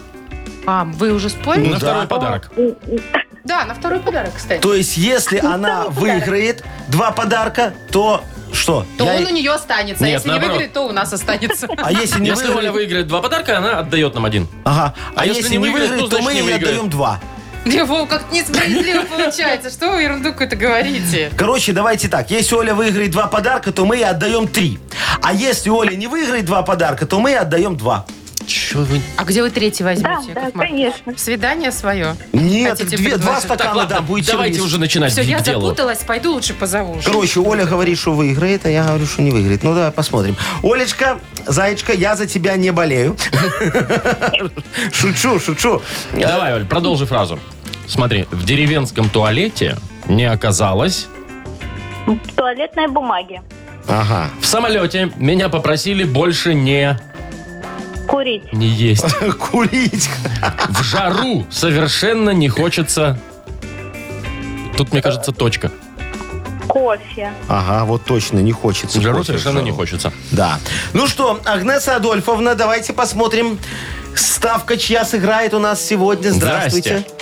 Speaker 3: А, вы уже спорили?
Speaker 2: На
Speaker 4: Ну да.
Speaker 2: второй подарок.
Speaker 3: Да, на второй подарок, кстати.
Speaker 4: То есть, если она выиграет два подарка, то что?
Speaker 3: То
Speaker 4: Я-
Speaker 3: он у нее останется. а
Speaker 2: Нет,
Speaker 3: если
Speaker 2: наоборот.
Speaker 3: не выиграет, то у нас останется.
Speaker 4: А если не
Speaker 2: Если Оля
Speaker 4: выиграет?
Speaker 2: выиграет два подарка, она отдает нам один.
Speaker 4: Ага.
Speaker 2: А
Speaker 4: А
Speaker 2: если
Speaker 4: если
Speaker 2: не
Speaker 4: не
Speaker 2: выиграет,
Speaker 4: выиграет,
Speaker 2: то
Speaker 4: то мы
Speaker 2: значит, не
Speaker 4: ей отдаем
Speaker 2: выиграет.
Speaker 4: два.
Speaker 3: Не, Вов, как несправедливо получается. Что вы ерунду какую-то говорите?
Speaker 4: Короче, давайте так. Если Оля выиграет два подарка, то мы ей отдаем три. А если Оля не выиграет два подарка, то мы ей отдаем два.
Speaker 2: Че вы...
Speaker 3: А где вы третий
Speaker 5: Да,
Speaker 3: возьмете?
Speaker 5: да,
Speaker 3: Яков Маркович?
Speaker 5: конечно.
Speaker 3: Свидание свое.
Speaker 4: Нет,
Speaker 3: Хотите
Speaker 4: две, два
Speaker 3: предложить?
Speaker 2: Так,
Speaker 4: стакана,
Speaker 2: ладно,
Speaker 4: да, будет
Speaker 2: давайте
Speaker 4: сервис.
Speaker 2: уже начинать
Speaker 3: Все, я
Speaker 2: к делу.
Speaker 3: запуталась, пойду лучше позову.
Speaker 4: Короче, Оля говорит, что выиграет, а я говорю, что не выиграет. Ну, давай посмотрим. Олечка, Зайчка, я за тебя не болею. Шучу, шучу.
Speaker 2: Давай, Оль, продолжи фразу. Смотри, в деревенском туалете не оказалось.
Speaker 5: Туалетной бумаги.
Speaker 4: Ага.
Speaker 2: В самолете меня попросили больше не,
Speaker 5: Курить.
Speaker 2: не есть.
Speaker 4: Курить.
Speaker 2: В жару совершенно не хочется... Тут, мне кажется, точка.
Speaker 5: Кофе.
Speaker 4: Ага, вот точно, не хочется.
Speaker 2: В жару
Speaker 4: Кофе
Speaker 2: совершенно
Speaker 4: в
Speaker 2: не
Speaker 4: жару.
Speaker 2: хочется.
Speaker 4: Да. Ну что, Агнеса Адольфовна, давайте посмотрим. Ставка, чья сыграет у нас сегодня. Здравствуйте.
Speaker 2: Здрасте.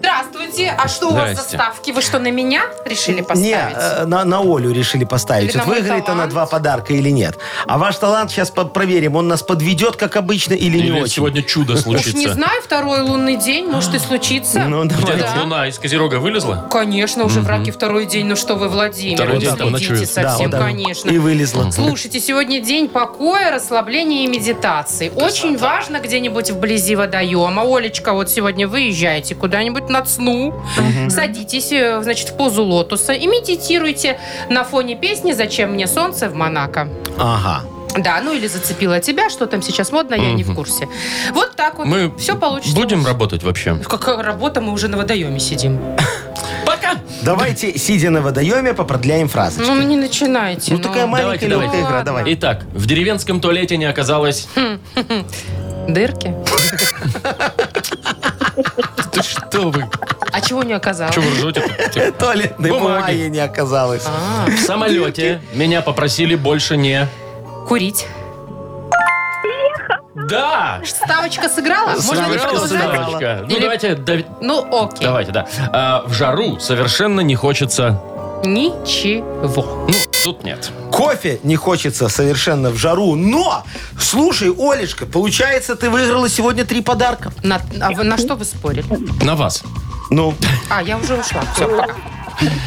Speaker 3: Здравствуйте. А что у вас за
Speaker 2: Здрасте.
Speaker 3: ставки? Вы что, на меня решили
Speaker 4: Не,
Speaker 3: поставить?
Speaker 4: э, на, на Олю решили поставить.
Speaker 3: Или на
Speaker 4: вот
Speaker 3: мой
Speaker 4: выиграет
Speaker 3: талант?
Speaker 4: она два подарка или нет. А ваш талант сейчас по- проверим. Он нас подведет, как обычно, или, не
Speaker 2: Или
Speaker 4: очень.
Speaker 2: сегодня чудо
Speaker 3: Уж не
Speaker 2: случится.
Speaker 3: знаю, второй лунный день, может и случится.
Speaker 4: Ну, давай.
Speaker 2: Где-то
Speaker 3: Да.
Speaker 2: луна из Козерога вылезла?
Speaker 3: Конечно, уже в раке второй день. Ну что вы, Владимир,
Speaker 2: Второй
Speaker 3: вы
Speaker 2: день там
Speaker 3: следите
Speaker 2: ночует.
Speaker 4: Да,
Speaker 3: совсем,
Speaker 4: вот так.
Speaker 3: конечно.
Speaker 4: И вылезла.
Speaker 3: Слушайте, сегодня день покоя, расслабления и медитации. Очень важно где-нибудь вблизи водоема. Олечка, вот сегодня выезжаете куда-нибудь на цну, садитесь, э, значит, в позу лотоса и медитируйте на фоне песни «Зачем мне солнце в Монако».
Speaker 4: Ага.
Speaker 3: Да, ну или «Зацепило тебя», что там сейчас модно, я не в курсе. Вот так вот.
Speaker 2: Мы
Speaker 3: Все получится.
Speaker 2: будем работать вообще?
Speaker 3: Какая работа, мы уже на водоеме сидим.
Speaker 2: Пока!
Speaker 4: Давайте, сидя на водоеме, попродляем фразы.
Speaker 3: Ну, не начинайте.
Speaker 4: Ну, такая
Speaker 2: давайте,
Speaker 4: маленькая легкая
Speaker 3: давайте.
Speaker 4: игра,
Speaker 3: Ну,
Speaker 4: давай.
Speaker 2: Итак, в деревенском туалете не оказалось...
Speaker 3: Дырки.
Speaker 2: Да что вы?
Speaker 3: А чего не оказалось?
Speaker 2: Чего вы ржете?
Speaker 4: Туалетной
Speaker 2: Бумаги.
Speaker 4: бумаги не оказалось.
Speaker 3: А,
Speaker 2: В самолете меня попросили больше не...
Speaker 3: курить.
Speaker 2: Да!
Speaker 3: Ставочка сыграла? Можно
Speaker 2: Ставочка,
Speaker 3: немножко узнать?
Speaker 2: ставочка. Ну,
Speaker 3: Или-
Speaker 2: давайте, Давид,
Speaker 3: Ну, окей.
Speaker 2: давайте, да. А, в жару совершенно не хочется...
Speaker 3: Ничего.
Speaker 2: Ну, тут нет.
Speaker 4: Кофе не хочется совершенно в жару, но, слушай, Олечка, получается, ты выиграла сегодня три подарка.
Speaker 3: На, а вы на что вы спорили?
Speaker 2: На вас.
Speaker 4: Ну?
Speaker 3: А, я уже ушла. Все, пока.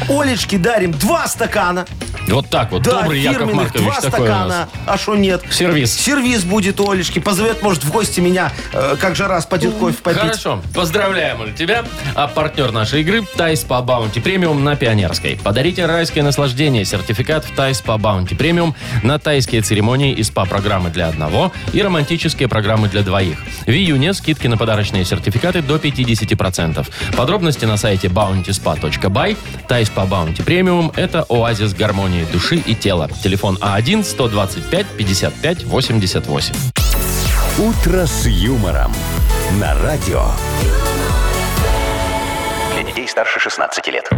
Speaker 4: Олечке дарим два стакана.
Speaker 2: Вот так вот.
Speaker 4: Да,
Speaker 2: Добрый Яков
Speaker 4: фирменных
Speaker 2: Маркович
Speaker 4: два
Speaker 2: такой у нас.
Speaker 4: стакана. А что нет?
Speaker 2: Сервис.
Speaker 4: Сервис будет у Олечки. Позовет, может, в гости меня, э, как жара спадет кофе попить.
Speaker 2: Хорошо. Поздравляем Оль, тебя. А партнер нашей игры – Тайс по Баунти Премиум на Пионерской. Подарите райское наслаждение. Сертификат в Тайс по Баунти Премиум на тайские церемонии и СПА-программы для одного и романтические программы для двоих. В июне скидки на подарочные сертификаты до 50%. Подробности на сайте bountyspa.by. Тайс по Баунти Премиум – это оазис гармонии души и тела. Телефон А А1-125-55-88.
Speaker 1: «Утро с юмором» на радио.
Speaker 8: Для детей старше 16 лет.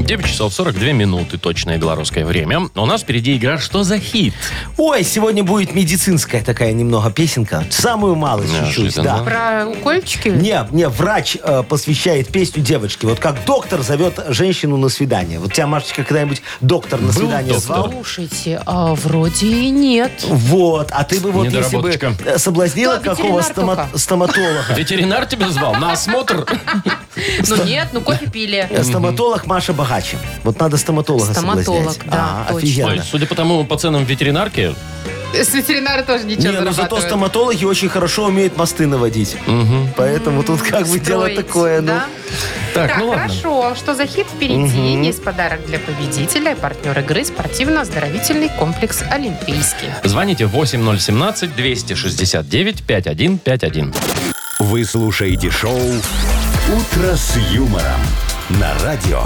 Speaker 2: 9 часов 42 минуты, точное белорусское время. У нас впереди игра «Что за хит?»
Speaker 4: Ой, сегодня будет медицинская такая немного песенка. Самую малость чуть-чуть,
Speaker 2: Неожиданно.
Speaker 4: да.
Speaker 3: Про укольчики?
Speaker 4: Не, не, врач э, посвящает песню девочке. Вот как доктор зовет женщину на свидание. Вот тебя, Машечка, когда-нибудь доктор на свидание
Speaker 2: доктор?
Speaker 4: звал?
Speaker 3: Слушайте, а вроде и нет.
Speaker 4: Вот, а ты бы вот если бы
Speaker 2: Недоработочка.
Speaker 4: э, соблазнила
Speaker 3: Да,
Speaker 4: какого
Speaker 3: ветеринар
Speaker 4: стомат-
Speaker 3: только.
Speaker 4: стоматолога.
Speaker 2: Ветеринар тебя звал на осмотр?
Speaker 3: Ну нет, ну кофе пили.
Speaker 4: Э, Стоматолог Маша богаче. Вот надо стоматолога
Speaker 3: Стоматолог,
Speaker 4: соблазнять.
Speaker 3: да,
Speaker 4: А,
Speaker 2: Ой,
Speaker 3: точно.
Speaker 4: Офигенно.
Speaker 2: судя по тому, по ценам ветеринарки,
Speaker 3: С ветеринара тоже ничего
Speaker 4: Не, ну зато
Speaker 3: зарабатывают.
Speaker 4: стоматологи очень хорошо умеют мосты наводить. Поэтому тут как бы дело
Speaker 3: Строить,
Speaker 4: такое, ну.
Speaker 3: да?
Speaker 2: так,
Speaker 3: Так,
Speaker 2: ну ладно.
Speaker 3: хорошо. Что за хит впереди? Есть подарок для победителя и партнер игры спортивно-оздоровительный комплекс «Олимпийский».
Speaker 2: Звоните 8017-269-5151.
Speaker 1: Вы слушаете шоу «Утро с юмором» на радио.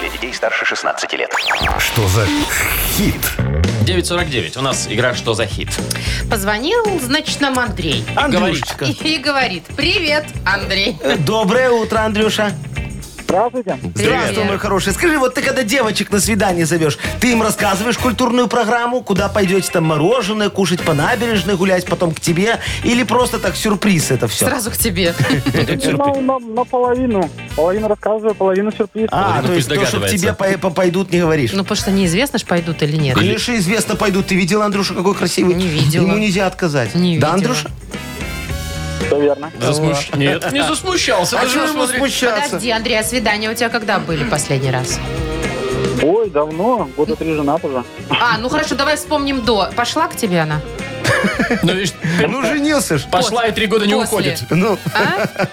Speaker 8: Для детей старше 16 лет.
Speaker 1: Что за хит?
Speaker 2: 949. У нас игра «Что за хит?»
Speaker 3: Позвонил, значит, нам Андрей.
Speaker 4: Андрюшечка.
Speaker 3: И говорит, привет, Андрей.
Speaker 4: Э, Доброе утро, Андрюша.
Speaker 9: Здравствуйте.
Speaker 4: Здравствуй, мой хороший. Скажи, вот ты когда девочек на свидание зовешь, ты им рассказываешь культурную программу, куда пойдете там мороженое, кушать по набережной, гулять потом к тебе, или просто так сюрприз это все?
Speaker 3: Сразу к тебе.
Speaker 9: Ну, на- наполовину. Половину рассказываю, половину сюрприз.
Speaker 4: А,
Speaker 2: Ну,
Speaker 4: то есть
Speaker 2: пусть
Speaker 4: то, что к тебе
Speaker 2: догадывается.
Speaker 4: по- по- пойдут, не говоришь.
Speaker 3: Ну, потому что неизвестно, ж пойдут или нет.
Speaker 4: Конечно, известно пойдут. Ты видел, Андрюша, какой красивый?
Speaker 3: Не видела.
Speaker 4: Ему нельзя отказать.
Speaker 3: Не
Speaker 4: да,
Speaker 3: видела.
Speaker 4: Андрюша?
Speaker 9: Все А, верно.
Speaker 2: Засмущ- Нет, не засмущался.
Speaker 4: А
Speaker 2: даже
Speaker 4: что ему
Speaker 2: смотри.
Speaker 4: смущаться?
Speaker 3: Подожди, Андрей, а свидания у тебя когда были последний раз?
Speaker 9: Ой, давно. Года три женат уже.
Speaker 3: А, ну хорошо, давай вспомним до. Пошла к тебе она?
Speaker 2: Ну, видишь,
Speaker 4: Ну, женился ж.
Speaker 2: Пошла и три года не
Speaker 3: После.
Speaker 2: уходит.
Speaker 4: Ну,
Speaker 3: А?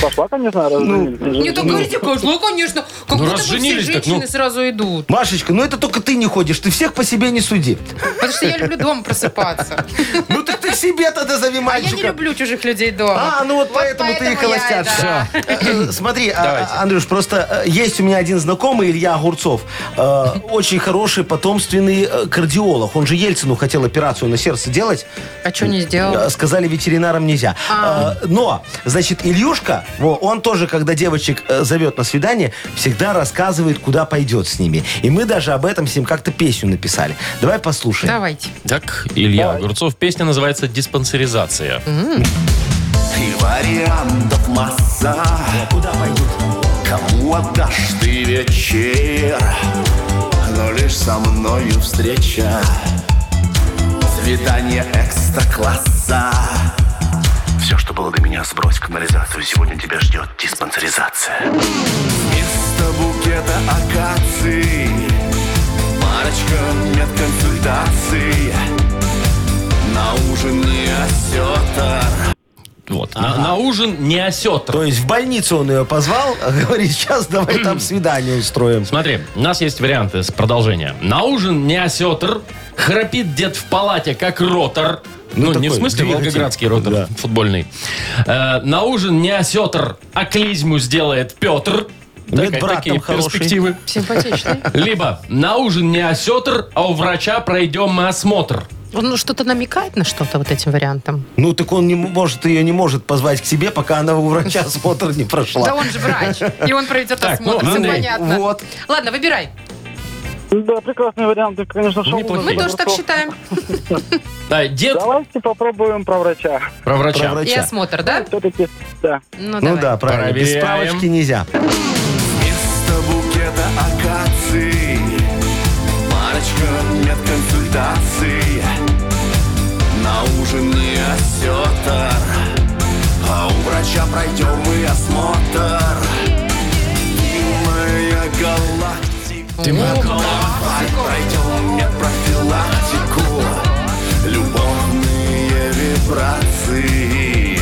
Speaker 9: Пошла, конечно, раз женились.
Speaker 3: Не, так говорите, пошла, конечно. Как
Speaker 2: Ну,
Speaker 3: будто
Speaker 2: раз
Speaker 3: бы все
Speaker 2: женились, так, ну.
Speaker 3: женщины сразу идут.
Speaker 4: Машечка, ну это только ты не ходишь. Ты всех по себе не суди.
Speaker 3: Потому что я люблю дома просыпаться.
Speaker 4: Ну так ты к себе тогда зови
Speaker 3: А я
Speaker 4: мальчика.
Speaker 3: не люблю чужих людей дома.
Speaker 4: А, ну вот, поэтому ты и
Speaker 3: поэтому я и
Speaker 4: холостячка.
Speaker 3: да.
Speaker 4: Э, э, Смотри, а,
Speaker 2: Давайте.
Speaker 4: Андрюш, просто э, есть у меня один знакомый, Илья Огурцов, э, очень хороший потомственный э, кардиолог. Он же Ельцину хотел операцию на сердце делать.
Speaker 3: А что не
Speaker 4: Э,
Speaker 3: сделал?
Speaker 4: Сказали, ветеринарам нельзя.
Speaker 3: А.
Speaker 4: Э, Но, значит, Ильюшка, во, он тоже, когда девочек э, зовет на свидание, всегда рассказывает, куда пойдет с ними. И мы даже об этом с ним как-то песню написали. Давай послушаем.
Speaker 3: Давайте.
Speaker 2: Так, Илья Огурцов. Песня называется «Диспансеризация».
Speaker 1: И вариантов масса. Куда пойдут? Кому отдашь ты вечер? Но лишь со мною встреча. Свидание экстра-класса.
Speaker 8: Все, что было до меня, сбрось канализацию. Сегодня тебя ждет диспансеризация.
Speaker 1: Вместо букета акаций. Парочка медконсультаций. На ужин не осетр.
Speaker 2: Вот. На, на ужин не осетр.
Speaker 4: То есть в больницу он ее позвал, говорит, сейчас давай там свидание устроим.
Speaker 2: Смотри, у нас есть варианты с продолжения. На ужин не осетр, храпит дед в палате, как ротор. Ну, не
Speaker 4: такой
Speaker 2: в смысле
Speaker 4: двигатель.
Speaker 2: волгоградский ротор
Speaker 4: Да.
Speaker 2: футбольный. Э, на ужин не осетр, а клизму сделает Петр.
Speaker 4: Медбрат там
Speaker 2: такие
Speaker 4: хороший.
Speaker 2: перспективы.
Speaker 3: Симпатичный.
Speaker 2: Либо на ужин не осетр, а у врача пройдем мы осмотр.
Speaker 3: Он что-то намекает на что-то вот этим вариантом.
Speaker 4: Ну, так он не м- может, ее не может позвать к себе, пока она у врача осмотр не
Speaker 3: Да
Speaker 4: прошла.
Speaker 3: он же врач, и он проведет
Speaker 2: Так, ну,
Speaker 3: осмотр, все
Speaker 2: Андрей,
Speaker 3: понятно.
Speaker 4: вот.
Speaker 3: Ладно, выбирай.
Speaker 9: Да, прекрасный вариант, это, конечно, шоу.
Speaker 2: Неплохие.
Speaker 3: Мы
Speaker 9: Выбор
Speaker 3: тоже так
Speaker 9: шоу.
Speaker 3: считаем.
Speaker 2: ну, Да, дед
Speaker 9: Давайте попробуем про врача.
Speaker 2: про врача.
Speaker 4: Про
Speaker 3: И
Speaker 4: врача.
Speaker 3: осмотр, да?
Speaker 9: Все-таки, да.
Speaker 3: Ну,
Speaker 4: Ну
Speaker 3: давай.
Speaker 4: да, правильно. Без
Speaker 2: Проверяем.
Speaker 4: справочки нельзя.
Speaker 1: Вместо букета акаций Парочка медконсультаций На ужин и осетр А у врача пройдем мы осмотр И моя галактика
Speaker 3: Ну,
Speaker 2: Ты моя
Speaker 1: Давай пройдем медпрофилактику Любовные вибрации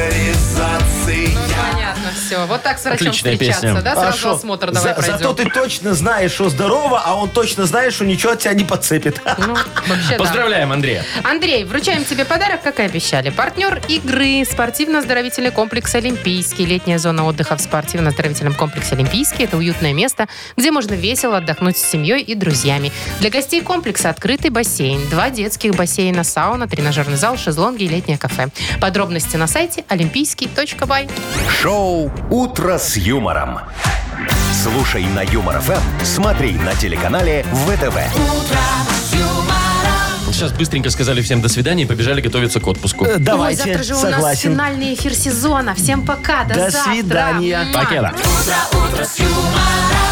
Speaker 1: Диспансеризация
Speaker 3: Ну, понятно, все. Вот так с врачом
Speaker 2: Отличная
Speaker 3: встречаться,
Speaker 2: песня.
Speaker 3: да?
Speaker 4: А
Speaker 3: Сразу
Speaker 4: шо?
Speaker 3: осмотр давай
Speaker 4: За- Зато
Speaker 3: пройдем.
Speaker 4: ты точно знаешь, что здорово, а он точно знает, что ничего от тебя не подцепит.
Speaker 3: Ну, вообще да.
Speaker 2: Поздравляем, Андрея.
Speaker 3: Андрей, вручаем тебе подарок, как и обещали. Партнер игры спортивно-оздоровительный комплекс «Олимпийский». Летняя зона отдыха в спортивно-оздоровительном комплексе «Олимпийский» – это уютное место, где можно весело отдохнуть с семьей и друзьями. Для гостей комплекса открытый бассейн, два детских бассейна, сауна, тренажерный зал, шезлонги и летнее кафе. Подробности на сайте олимпийский.бай.
Speaker 10: Шоу «Утро с юмором». Слушай на Юмор ФМ, смотри на телеканале ВТВ.
Speaker 2: Сейчас быстренько сказали всем до свидания и побежали готовиться к отпуску.
Speaker 4: Э,
Speaker 3: Ой, Ну, завтра
Speaker 4: Давайте,
Speaker 3: же у нас
Speaker 4: согласен.
Speaker 3: финальный эфир сезона. Всем пока, до,
Speaker 4: До
Speaker 3: завтра.
Speaker 4: свидания.
Speaker 3: Муа.
Speaker 2: Покеда.
Speaker 11: Утро, утро с юмором.